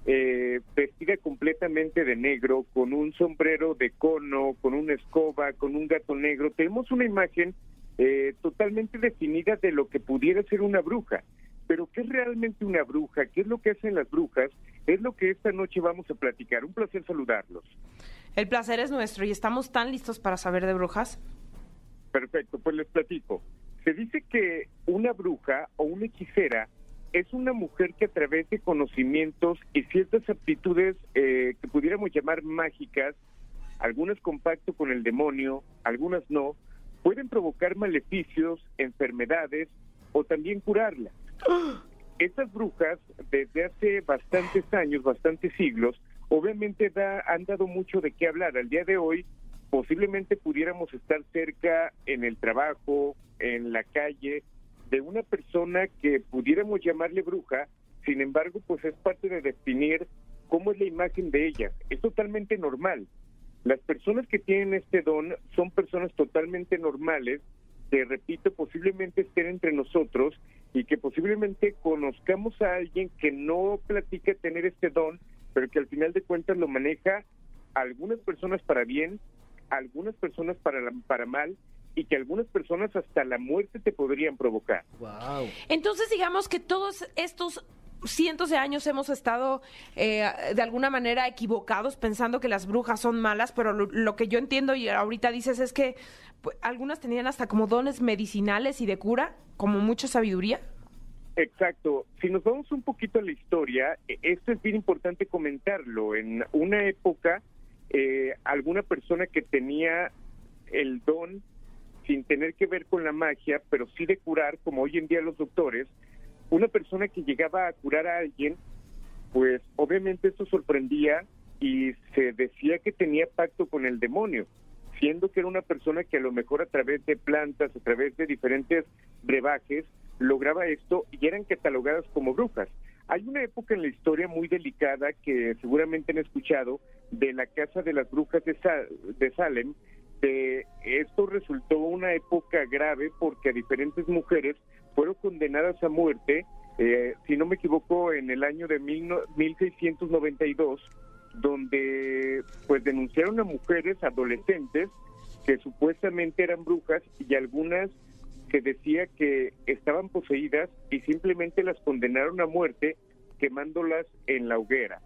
Speaker 8: eh, vestida completamente de negro, con un sombrero de cono, con una escoba, con un gato negro. Tenemos una imagen eh, totalmente definida de lo que pudiera ser una bruja. Pero ¿qué es realmente una bruja? ¿Qué es lo que hacen las brujas? Es lo que esta noche vamos a platicar. Un placer saludarlos.
Speaker 2: El placer es nuestro y estamos tan listos para saber de brujas.
Speaker 8: Perfecto, pues les platico. Se dice que una bruja o una hechicera es una mujer que a través de conocimientos y ciertas aptitudes eh, que pudiéramos llamar mágicas, algunas con pacto con el demonio, algunas no, pueden provocar maleficios, enfermedades o también curarlas. Estas brujas, desde hace bastantes años, bastantes siglos, obviamente da, han dado mucho de qué hablar. Al día de hoy, posiblemente pudiéramos estar cerca en el trabajo, en la calle, de una persona que pudiéramos llamarle bruja, sin embargo, pues es parte de definir cómo es la imagen de ella. Es totalmente normal. Las personas que tienen este don son personas totalmente normales, que repito, posiblemente estén entre nosotros y que posiblemente conozcamos a alguien que no platica tener este don, pero que al final de cuentas lo maneja algunas personas para bien, algunas personas para, la, para mal y que algunas personas hasta la muerte te podrían provocar.
Speaker 6: Wow.
Speaker 2: Entonces digamos que todos estos cientos de años hemos estado eh, de alguna manera equivocados pensando que las brujas son malas, pero lo, lo que yo entiendo y ahorita dices es que pues, algunas tenían hasta como dones medicinales y de cura, como mucha sabiduría.
Speaker 8: Exacto. Si nos vamos un poquito a la historia, e, esto es bien importante comentarlo. En una época, eh, alguna persona que tenía el don sin tener que ver con la magia, pero sí de curar, como hoy en día los doctores, una persona que llegaba a curar a alguien, pues obviamente esto sorprendía y se decía que tenía pacto con el demonio, siendo que era una persona que a lo mejor a través de plantas, a través de diferentes brebajes, lograba esto y eran catalogadas como brujas. Hay una época en la historia muy delicada que seguramente han escuchado de la Casa de las Brujas de, Sal de Salem, de esto resultó una época grave porque diferentes mujeres fueron condenadas a muerte, eh, si no me equivoco, en el año de mil no, 1692, donde pues denunciaron a mujeres adolescentes que supuestamente eran brujas y algunas que decía que estaban poseídas y simplemente las condenaron a muerte quemándolas en la hoguera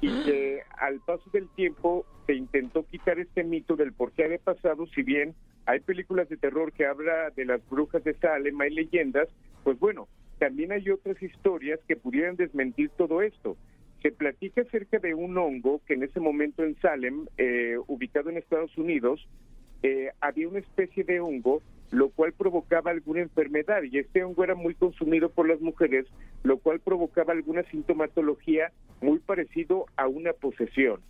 Speaker 8: y que al paso del tiempo se intentó quitar este mito del por qué había pasado, si bien hay películas de terror que habla de las brujas de Salem, hay leyendas, pues bueno, también hay otras historias que pudieran desmentir todo esto. Se platica acerca de un hongo que en ese momento en Salem, eh, ubicado en Estados Unidos, eh, había una especie de hongo lo cual provocaba alguna enfermedad y este hongo era muy consumido por las mujeres, lo cual provocaba alguna sintomatología muy parecido a una posesión.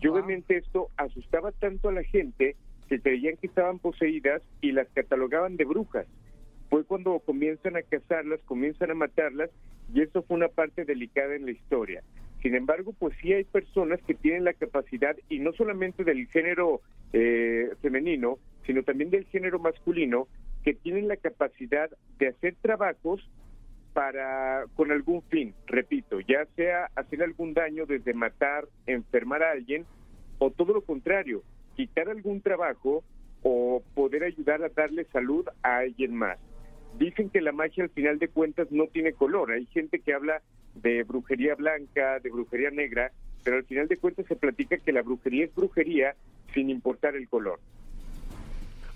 Speaker 8: Y wow. obviamente esto asustaba tanto a la gente que creían que estaban poseídas y las catalogaban de brujas. Fue cuando comienzan a cazarlas, comienzan a matarlas y eso fue una parte delicada en la historia. Sin embargo, pues sí hay personas que tienen la capacidad, y no solamente del género eh, femenino, sino también del género masculino, que tienen la capacidad de hacer trabajos para con algún fin, repito, ya sea hacer algún daño desde matar, enfermar a alguien, o todo lo contrario, quitar algún trabajo o poder ayudar a darle salud a alguien más. Dicen que la magia al final de cuentas no tiene color, hay gente que habla de brujería blanca, de brujería negra, pero al final de cuentas se platica que la brujería es brujería sin importar el color.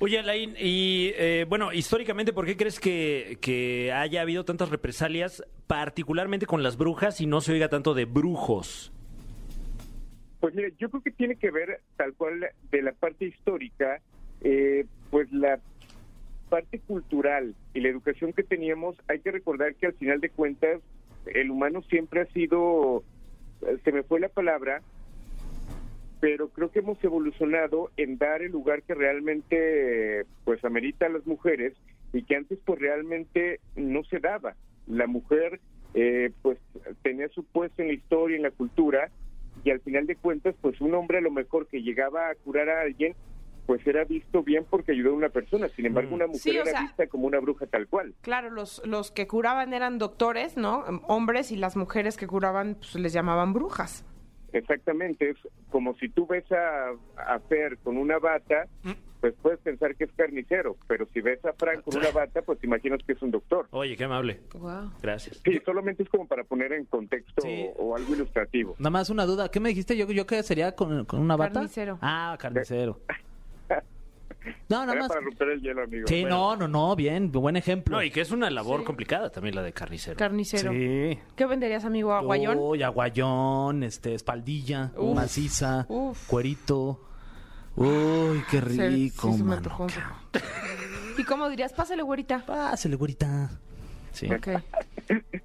Speaker 3: Oye, Alain, y eh, bueno, históricamente, ¿por qué crees que, que haya habido tantas represalias, particularmente con las brujas, y no se oiga tanto de brujos?
Speaker 8: Pues mira, yo creo que tiene que ver tal cual de la parte histórica, eh, pues la parte cultural y la educación que teníamos, hay que recordar que al final de cuentas el humano siempre ha sido, eh, se me fue la palabra, pero creo que hemos evolucionado en dar el lugar que realmente pues amerita a las mujeres y que antes pues realmente no se daba. La mujer eh, pues tenía su puesto en la historia, en la cultura y al final de cuentas pues un hombre a lo mejor que llegaba a curar a alguien pues era visto bien porque ayudó a una persona. Sin embargo, una mujer
Speaker 2: Mm. Sí, o
Speaker 8: era
Speaker 2: sea-
Speaker 8: vista como una bruja tal cual.
Speaker 2: Claro, los, los que curaban eran doctores, ¿no? Hombres y las mujeres que curaban pues, les llamaban brujas.
Speaker 8: Exactamente, es como si tú ves a, a Fer con una bata,
Speaker 4: Mm.
Speaker 8: pues puedes pensar que es carnicero, pero si ves a Frank con una bata, pues te imaginas que es un doctor.
Speaker 4: Oh.
Speaker 3: Oye, qué amable.
Speaker 2: Wow.
Speaker 3: Gracias.
Speaker 8: Sí, solamente es como para poner en contexto
Speaker 4: Sí.
Speaker 8: o, o algo ilustrativo.
Speaker 4: Nada más una duda. ¿Qué me dijiste? ¿Yo, yo qué sería con, con una bata?
Speaker 2: Carnicero.
Speaker 4: Ah,
Speaker 8: (laughs)
Speaker 4: carnicero. No, nada
Speaker 8: Era
Speaker 4: más.
Speaker 8: para romper el hielo, amigo.
Speaker 4: Sí,
Speaker 8: Bueno,
Speaker 4: no, no, no. Bien, buen ejemplo.
Speaker 3: No, y que es una labor complicada también la de carnicero.
Speaker 2: Carnicero.
Speaker 4: Sí. Oh,
Speaker 2: ¿Qué venderías, amigo? ¿Aguayón?
Speaker 4: Uy, aguayón, este, espaldilla,
Speaker 2: Uf,
Speaker 4: maciza,
Speaker 2: uf.
Speaker 4: cuerito. Uy, qué
Speaker 2: Se- sí,
Speaker 4: rico,
Speaker 2: se me
Speaker 4: mano.
Speaker 2: antojó.
Speaker 4: (laughs)
Speaker 2: ¿Y cómo dirías? Pásale, güerita.
Speaker 4: Pásale, güerita. Sí.
Speaker 2: Ok.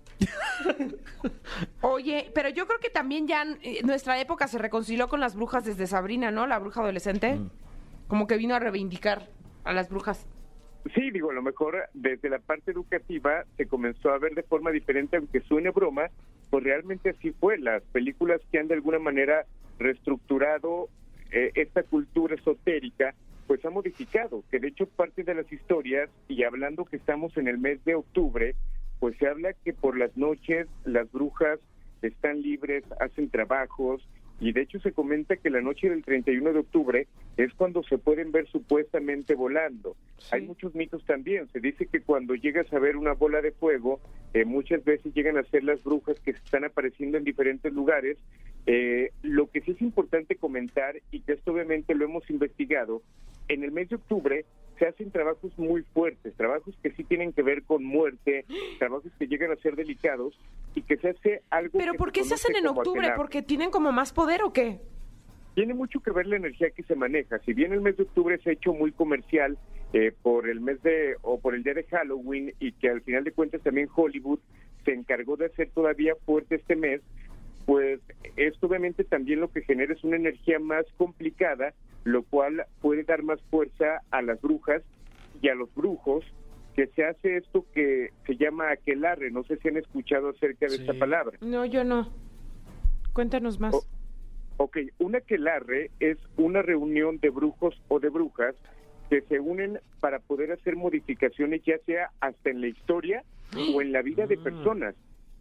Speaker 2: (laughs) Oye, pero yo creo que también ya eh, nuestra época se reconcilió con las brujas desde Sabrina, ¿no? La bruja adolescente.
Speaker 8: Mm.
Speaker 2: Como que vino a reivindicar a las brujas.
Speaker 8: Sí, digo, a lo mejor desde la parte educativa se comenzó a ver de forma diferente, aunque suene broma, pues realmente así fue. Las películas que han de alguna manera reestructurado eh, esta cultura esotérica, pues ha modificado, que de hecho parte de las historias, y hablando que estamos en el mes de octubre, pues se habla que por las noches las brujas están libres, hacen trabajos, y de hecho se comenta que la noche del 31 de octubre es cuando se pueden ver supuestamente volando. Hay muchos mitos también. Se dice que cuando llegas a ver una bola de fuego, eh, muchas veces llegan a ser las brujas que están apareciendo en diferentes lugares. Eh, lo que sí es importante comentar, y que esto obviamente lo hemos investigado, en el mes de octubre se hacen trabajos muy fuertes, trabajos que sí tienen que ver con muerte, trabajos que llegan a ser delicados y que se hace algo...
Speaker 2: ¿Pero
Speaker 8: que
Speaker 2: por qué se
Speaker 8: conoce
Speaker 2: hacen en
Speaker 8: como
Speaker 2: octubre?
Speaker 8: Akenaton.
Speaker 2: ¿Porque tienen como más poder o qué?
Speaker 8: Tiene mucho que ver la energía que se maneja. Si bien el mes de octubre se ha hecho muy comercial eh, por el mes de o por el día de Halloween y que al final de cuentas también Hollywood se encargó de hacer todavía fuerte este mes, pues esto obviamente también lo que genera es una energía más complicada, lo cual puede dar más fuerza a las brujas y a los brujos que se hace esto que se llama aquelarre. No sé si han escuchado acerca de esta palabra.
Speaker 2: No, yo no. Cuéntanos más.
Speaker 8: Oh. Ok, una quelarre es una reunión de brujos o de brujas que se unen para poder hacer modificaciones ya sea hasta en la historia o en la vida de personas.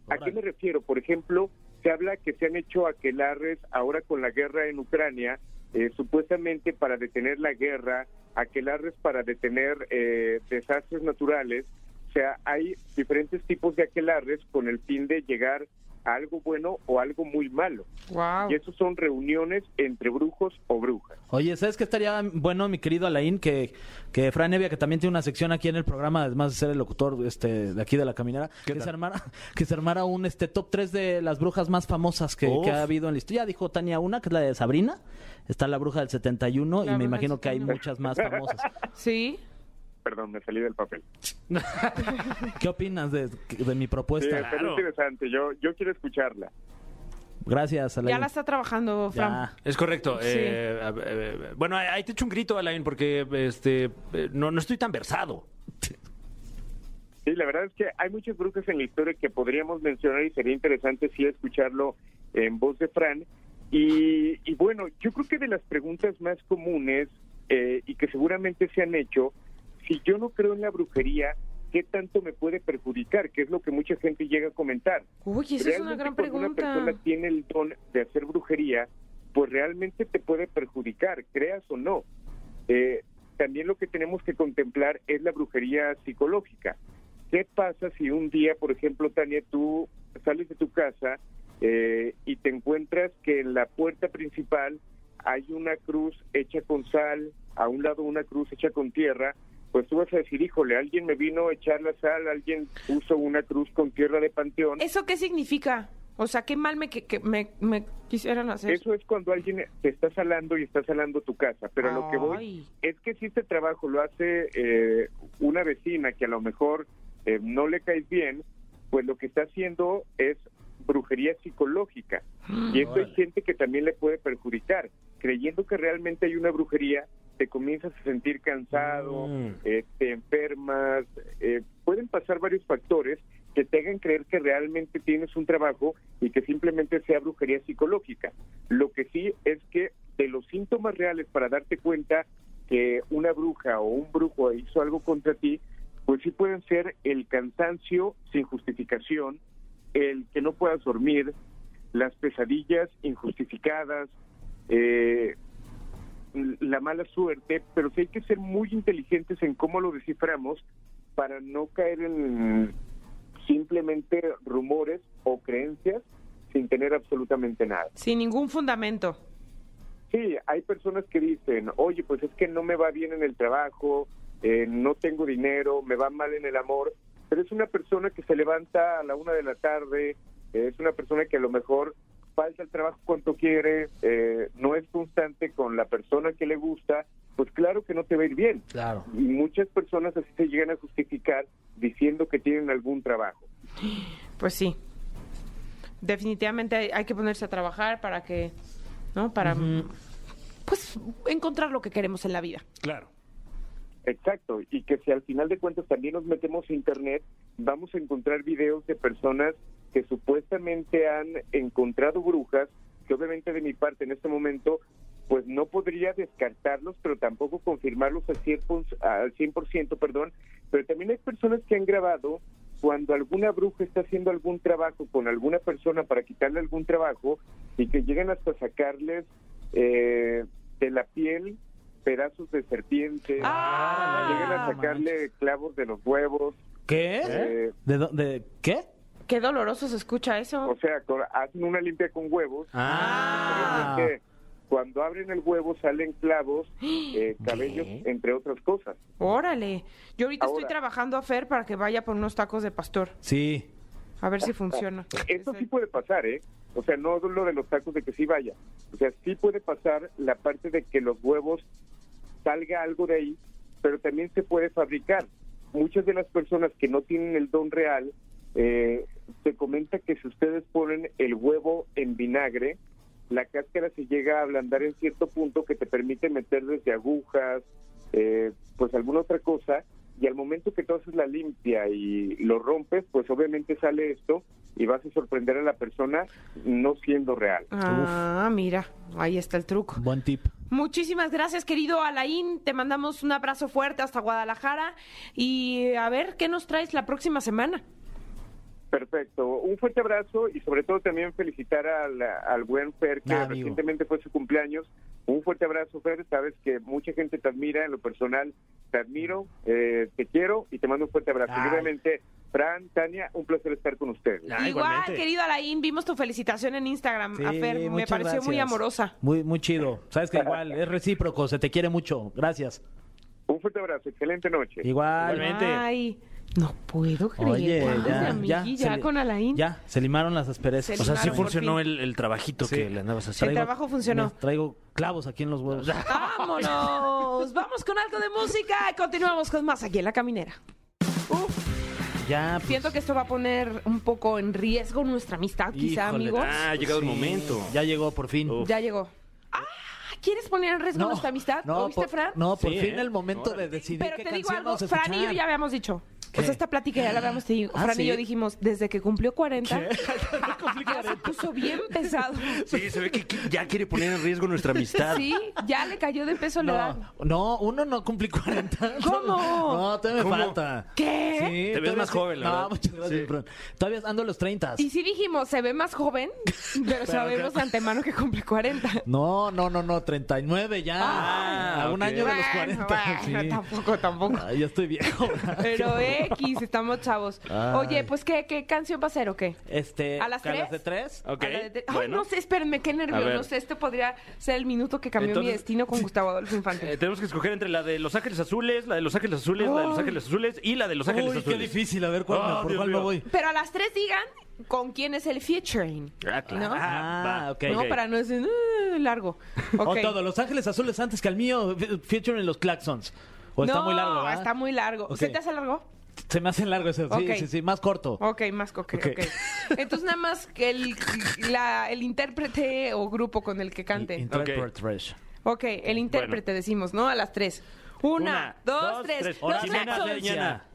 Speaker 8: ¿A qué me refiero? Por ejemplo, se habla que se han hecho aquelarres ahora con la guerra en Ucrania, eh, supuestamente para detener la guerra, aquelarres para detener eh, desastres naturales. O sea, hay diferentes tipos de aquelarres con el fin de llegar a algo bueno o algo muy malo.
Speaker 2: Wow.
Speaker 8: Y eso son reuniones entre brujos o brujas.
Speaker 4: Oye, ¿sabes qué estaría bueno, mi querido Alain? Que, que Fran Evia, que también tiene una sección aquí en el programa, además de ser el locutor este, de aquí de La Caminera, que se, armara, que se armara un este top 3 de las brujas más famosas que, que ha habido en la historia. Ya dijo Tania una, que es la de Sabrina. Está la bruja del
Speaker 2: La
Speaker 4: 71 y me
Speaker 2: bruja
Speaker 4: imagino
Speaker 2: del
Speaker 4: que hay
Speaker 2: 71.
Speaker 4: muchas más famosas.
Speaker 2: Sí.
Speaker 8: Perdón, me salí del papel.
Speaker 4: ¿Qué opinas de, de mi
Speaker 8: Sí,
Speaker 4: propuesta?
Speaker 8: está interesante. Yo, yo quiero escucharla.
Speaker 4: Gracias, Alain.
Speaker 2: Ya la
Speaker 4: (laughs)
Speaker 2: está trabajando, Fran.
Speaker 4: Ya.
Speaker 3: Es correcto.
Speaker 2: Sí.
Speaker 3: eh, a- eh, bueno, ahí- ahí te echo un grito, Alain, porque este, eh, no, no estoy tan versado.
Speaker 8: Sí, la verdad es que hay muchas brujas en la historia que podríamos mencionar y sería interesante sí escucharlo en voz de Fran. Y, y bueno, yo creo que de las preguntas más comunes eh, y que seguramente se han hecho, si yo no creo en la brujería, ¿qué tanto me puede perjudicar? Que es lo que mucha gente llega a comentar.
Speaker 2: Uy, esa es una
Speaker 8: Realmente
Speaker 2: gran
Speaker 8: cuando
Speaker 2: pregunta.
Speaker 8: Una persona tiene el don de hacer brujería, pues realmente te puede perjudicar, creas o no. Eh, también lo que tenemos que contemplar es la brujería psicológica. ¿Qué pasa si un día, por ejemplo, Tania, tú sales de tu casa eh, y te encuentras que en la puerta principal hay una cruz hecha con sal, a un lado una cruz hecha con tierra? Pues tú vas a decir, híjole, alguien me vino a echar la sal, alguien puso una cruz con tierra de panteón.
Speaker 2: ¿Eso qué significa? O sea, qué mal me, que, que me, me quisieran hacer.
Speaker 8: Eso es cuando alguien te está salando y está salando tu casa. Pero a lo que voy
Speaker 2: Ay.
Speaker 8: es que si este trabajo lo hace eh, una vecina que a lo mejor eh, no le caes bien, pues lo que está haciendo es brujería psicológica. Y esto hay gente que también le puede perjudicar. Creyendo que realmente hay una brujería, te comienzas a sentir cansado, eh, te enfermas. eh, pueden pasar varios factores que te hagan creer que realmente tienes un trabajo y que simplemente sea brujería psicológica. Lo que sí es que de los síntomas reales para darte cuenta que una bruja o un brujo hizo algo contra ti, pues sí pueden ser el cansancio sin justificación, el que no puedas dormir, las pesadillas injustificadas, eh, la mala suerte, pero sí hay que ser muy inteligentes en cómo lo desciframos para no caer en simplemente rumores o creencias sin tener absolutamente nada.
Speaker 2: Sin ningún fundamento.
Speaker 8: Sí, hay personas que dicen, oye, pues es que no me va bien en el trabajo, eh, no tengo dinero, me va mal en el amor, pero es una persona que se levanta a la una de la tarde, eh, es una persona que a lo mejor falta el trabajo cuanto quiere, eh, no es constante con la persona que le gusta, pues claro que no te va a ir bien.
Speaker 6: Claro.
Speaker 8: Y muchas personas así se llegan a justificar diciendo que tienen algún trabajo.
Speaker 2: Pues sí. Definitivamente hay, hay que ponerse a trabajar para que, ¿no? Para, pues, encontrar lo que queremos en la vida.
Speaker 3: Claro.
Speaker 8: Exacto, y que si al final de cuentas también nos metemos a internet, vamos a encontrar videos de personas que supuestamente han encontrado brujas, que obviamente de mi parte en este momento, pues no podría descartarlos, pero tampoco confirmarlos al 100%, al 100% perdón, pero también hay personas que han grabado cuando alguna bruja está haciendo algún trabajo con alguna persona para quitarle algún trabajo y que llegan hasta sacarles eh, de la piel pedazos de serpiente,
Speaker 2: Ah,
Speaker 8: llegan a
Speaker 2: no
Speaker 8: sacarle clavos de los huevos,
Speaker 4: ¿Qué?
Speaker 8: Eh.
Speaker 4: ¿De, dó- de qué?
Speaker 2: Qué doloroso se escucha eso.
Speaker 8: o sea, con- hacen una limpia con huevos.
Speaker 4: Ah.
Speaker 8: Pero es que cuando abren el huevo salen clavos, eh, cabellos, entre otras cosas.
Speaker 2: Órale. Yo ahorita
Speaker 8: Ahora.
Speaker 2: estoy trabajando a Fer para que vaya por unos tacos de pastor.
Speaker 4: Sí.
Speaker 2: A ver
Speaker 8: (laughs)
Speaker 2: si funciona.
Speaker 8: Esto sí puede pasar, ¿eh? O sea, no lo de los tacos de que sí vaya. O sea, sí puede pasar la parte de que los huevos salga algo de ahí, pero también se puede fabricar. Muchas de las personas que no tienen el don real, eh, se comenta que si ustedes ponen el huevo en vinagre, la cáscara se llega a ablandar en cierto punto que te permite meter desde agujas, eh, pues alguna otra cosa, y al momento que tú haces la limpia y lo rompes, pues obviamente sale esto y vas a sorprender a la persona no siendo real.
Speaker 2: Ah, mira. Ahí está el truco.
Speaker 4: Buen tip.
Speaker 2: Muchísimas gracias, querido Alain. Te mandamos un abrazo fuerte hasta Guadalajara. Y a ver qué nos traes la próxima semana.
Speaker 8: Perfecto. Un fuerte abrazo y sobre todo también felicitar al, al buen Fer, que
Speaker 4: Ah, amigo.
Speaker 8: recientemente fue su cumpleaños. Un fuerte abrazo, Fer. Sabes que mucha gente te admira, en lo personal te admiro, eh, te quiero y te mando un fuerte abrazo. Y obviamente, Fran, Tania, un placer estar con ustedes.
Speaker 4: Ah.
Speaker 2: Igual, querido Alain, vimos tu felicitación en Instagram. Mm, a Fer, me
Speaker 4: muchas
Speaker 2: pareció muy
Speaker 4: gracias.
Speaker 2: amorosa.
Speaker 4: Muy, muy chido. Sabes que igual es recíproco, se te quiere mucho. Gracias.
Speaker 8: Un fuerte abrazo, excelente noche.
Speaker 4: Igual.
Speaker 3: Igualmente.
Speaker 2: Ay, no puedo creer.
Speaker 4: Oye,
Speaker 2: Guau,
Speaker 4: ya,
Speaker 2: amigui,
Speaker 4: ya,
Speaker 2: ya
Speaker 4: se-
Speaker 2: con Alain.
Speaker 4: Ya, se limaron las
Speaker 2: Se
Speaker 4: asperezas.
Speaker 3: O sea, sí
Speaker 2: Claro, por
Speaker 3: funcionó
Speaker 2: fin.
Speaker 3: el, el trabajito que le andabas haciendo.
Speaker 2: El trabajo funcionó. Ah.
Speaker 4: me Traigo clavos aquí en los huevos.
Speaker 2: Vámonos, (laughs) vamos con algo de música y continuamos con más aquí en la caminera. Uf,
Speaker 4: Ya, pues,
Speaker 2: siento que esto va a poner un poco en riesgo nuestra amistad, quizá,
Speaker 3: Híjole,
Speaker 2: amigos.
Speaker 3: Ah, ha llegado el momento.
Speaker 4: ya llegó por fin.
Speaker 2: Ya llegó. Ah, ¿quieres poner en riesgo nuestra amistad? ¿Lo viste,
Speaker 4: por,
Speaker 2: Fran?
Speaker 4: No, por
Speaker 3: Sí,
Speaker 4: fin
Speaker 3: ¿eh?
Speaker 4: el momento de decidir
Speaker 2: Pero
Speaker 4: qué
Speaker 2: te digo
Speaker 4: canción
Speaker 2: algo,
Speaker 4: vamos a
Speaker 2: Fran y yo
Speaker 4: escuchar.
Speaker 2: ya habíamos dicho.
Speaker 4: ¿Qué?
Speaker 2: O sea, esta plática ya la habíamos tenido.
Speaker 4: Ah,
Speaker 2: Fran y yo
Speaker 4: ¿sí?
Speaker 2: dijimos, desde que cumplió
Speaker 4: (laughs)
Speaker 2: 40, ya se puso bien pesado.
Speaker 3: Sí, se ve que que ya quiere poner en riesgo nuestra amistad.
Speaker 2: Sí, ya le cayó de peso la edad.
Speaker 4: No, no, uno no (laughs) cumplí 40.
Speaker 2: ¿Cómo?
Speaker 4: No, todavía me
Speaker 3: ¿Cómo?
Speaker 4: falta.
Speaker 2: ¿Qué?
Speaker 4: Sí,
Speaker 3: ves
Speaker 4: todavía
Speaker 3: más
Speaker 4: sí-
Speaker 3: joven, la
Speaker 4: No,
Speaker 3: verdad.
Speaker 4: muchas gracias, Fran. Todavía ando en los 30.
Speaker 2: Y sí dijimos, se ve más joven, pero sabemos de antemano que cumple
Speaker 4: (laughs)
Speaker 2: 40.
Speaker 4: No, no, no, no, 39 ya.
Speaker 2: Ah,
Speaker 4: A un
Speaker 3: ok.
Speaker 4: año de los 40.
Speaker 2: bueno,
Speaker 4: sí.
Speaker 2: tampoco,
Speaker 4: (laughs)
Speaker 2: tampoco.
Speaker 4: Ay, ya estoy viejo. (laughs)
Speaker 2: Pero eh, X, estamos chavos.
Speaker 4: Ay.
Speaker 2: Oye, pues, ¿qué, qué canción va a ser o qué?
Speaker 4: Este,
Speaker 2: ¿A las tres?
Speaker 4: de tres?
Speaker 3: Ok,
Speaker 2: A la de- Ay,
Speaker 3: bueno.
Speaker 2: no sé, espérenme, qué nervio.
Speaker 3: A ver.
Speaker 2: No sé, este podría ser el minuto que cambió mi
Speaker 3: Entonces-
Speaker 2: destino con Gustavo Adolfo Infante.
Speaker 3: Eh, tenemos que escoger entre la de Los Ángeles Azules, la de Los Ángeles Azules, la de Los
Speaker 2: Ay.
Speaker 3: Ángeles Azules y la de Los Ángeles
Speaker 4: Uy, qué
Speaker 3: Azules.
Speaker 4: difícil. A ver cuál,
Speaker 3: Ah,
Speaker 4: me- por
Speaker 3: Dios
Speaker 4: cuál me
Speaker 3: mío.
Speaker 4: voy.
Speaker 2: Pero a las tres digan con quién es el featuring.
Speaker 3: Ah, claro.
Speaker 2: ¿No?
Speaker 4: Ah, ok.
Speaker 2: No, para no decir "Ah,
Speaker 4: (laughs)
Speaker 2: largo.
Speaker 4: O
Speaker 2: Ok.
Speaker 4: todo, Los Ángeles Azules antes que el mío, fe- featuring los Claxons. O pues está
Speaker 2: No,
Speaker 4: muy largo, ¿verdad?
Speaker 2: está muy largo.
Speaker 4: Ok.
Speaker 2: ¿Se te hace largo?
Speaker 4: Se me hace largo ese. Sí,
Speaker 2: Ok.
Speaker 4: sí, sí, más corto.
Speaker 2: Ok, más coque,
Speaker 4: Ok.
Speaker 2: ok. Entonces nada más que el, la- el intérprete o grupo con el que cante.
Speaker 4: Interpret Fresh.
Speaker 2: Ok, el intérprete decimos, ¿no? A las tres. Una, dos, tres. Los
Speaker 3: Oficina
Speaker 2: Jacksons.
Speaker 3: Sariñana.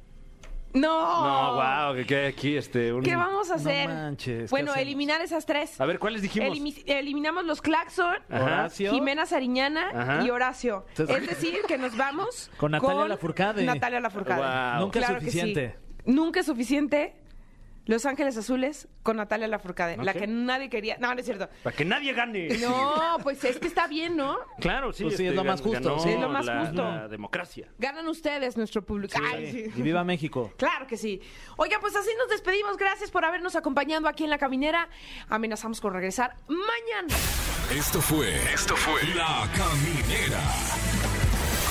Speaker 2: No.
Speaker 3: No, wow, que, que aquí este. un-
Speaker 2: ¿Qué vamos a hacer?
Speaker 4: manches, ¿qué
Speaker 2: bueno,
Speaker 4: hacemos?
Speaker 2: eliminar esas tres.
Speaker 3: A ver, ¿cuáles dijimos?
Speaker 2: Elimi- eliminamos los Claxon,
Speaker 4: Horacio.
Speaker 2: Jimena Sariñana
Speaker 3: Ajá.
Speaker 2: y Horacio.
Speaker 4: Entonces-
Speaker 2: es decir, que nos vamos
Speaker 4: (laughs) Con Natalia Lafourcade.
Speaker 2: Natalia Lafourcade.
Speaker 3: Wow.
Speaker 4: Nunca es
Speaker 2: que
Speaker 4: suficiente.
Speaker 2: sí. Nunca es suficiente. Los Ángeles Azules con Natalia Lafourcade, la
Speaker 3: Ok.
Speaker 2: que nadie quería. No, no es cierto.
Speaker 3: Para que nadie gane.
Speaker 4: (laughs)
Speaker 2: No, pues es que está bien, ¿no?
Speaker 3: Claro, sí. este,
Speaker 4: Pues sí, es lo
Speaker 3: gan-
Speaker 4: más justo,
Speaker 3: ganó
Speaker 4: sí.
Speaker 2: Es lo más
Speaker 3: la-
Speaker 2: justo.
Speaker 3: La democracia.
Speaker 2: Ganan ustedes nuestro público. Ay, sí.
Speaker 4: Y viva México.
Speaker 2: Claro que sí. Oiga, pues así nos despedimos. Gracias por habernos acompañado aquí en La Caminera. Amenazamos con regresar mañana.
Speaker 1: Esto fue. Esto fue. La Caminera.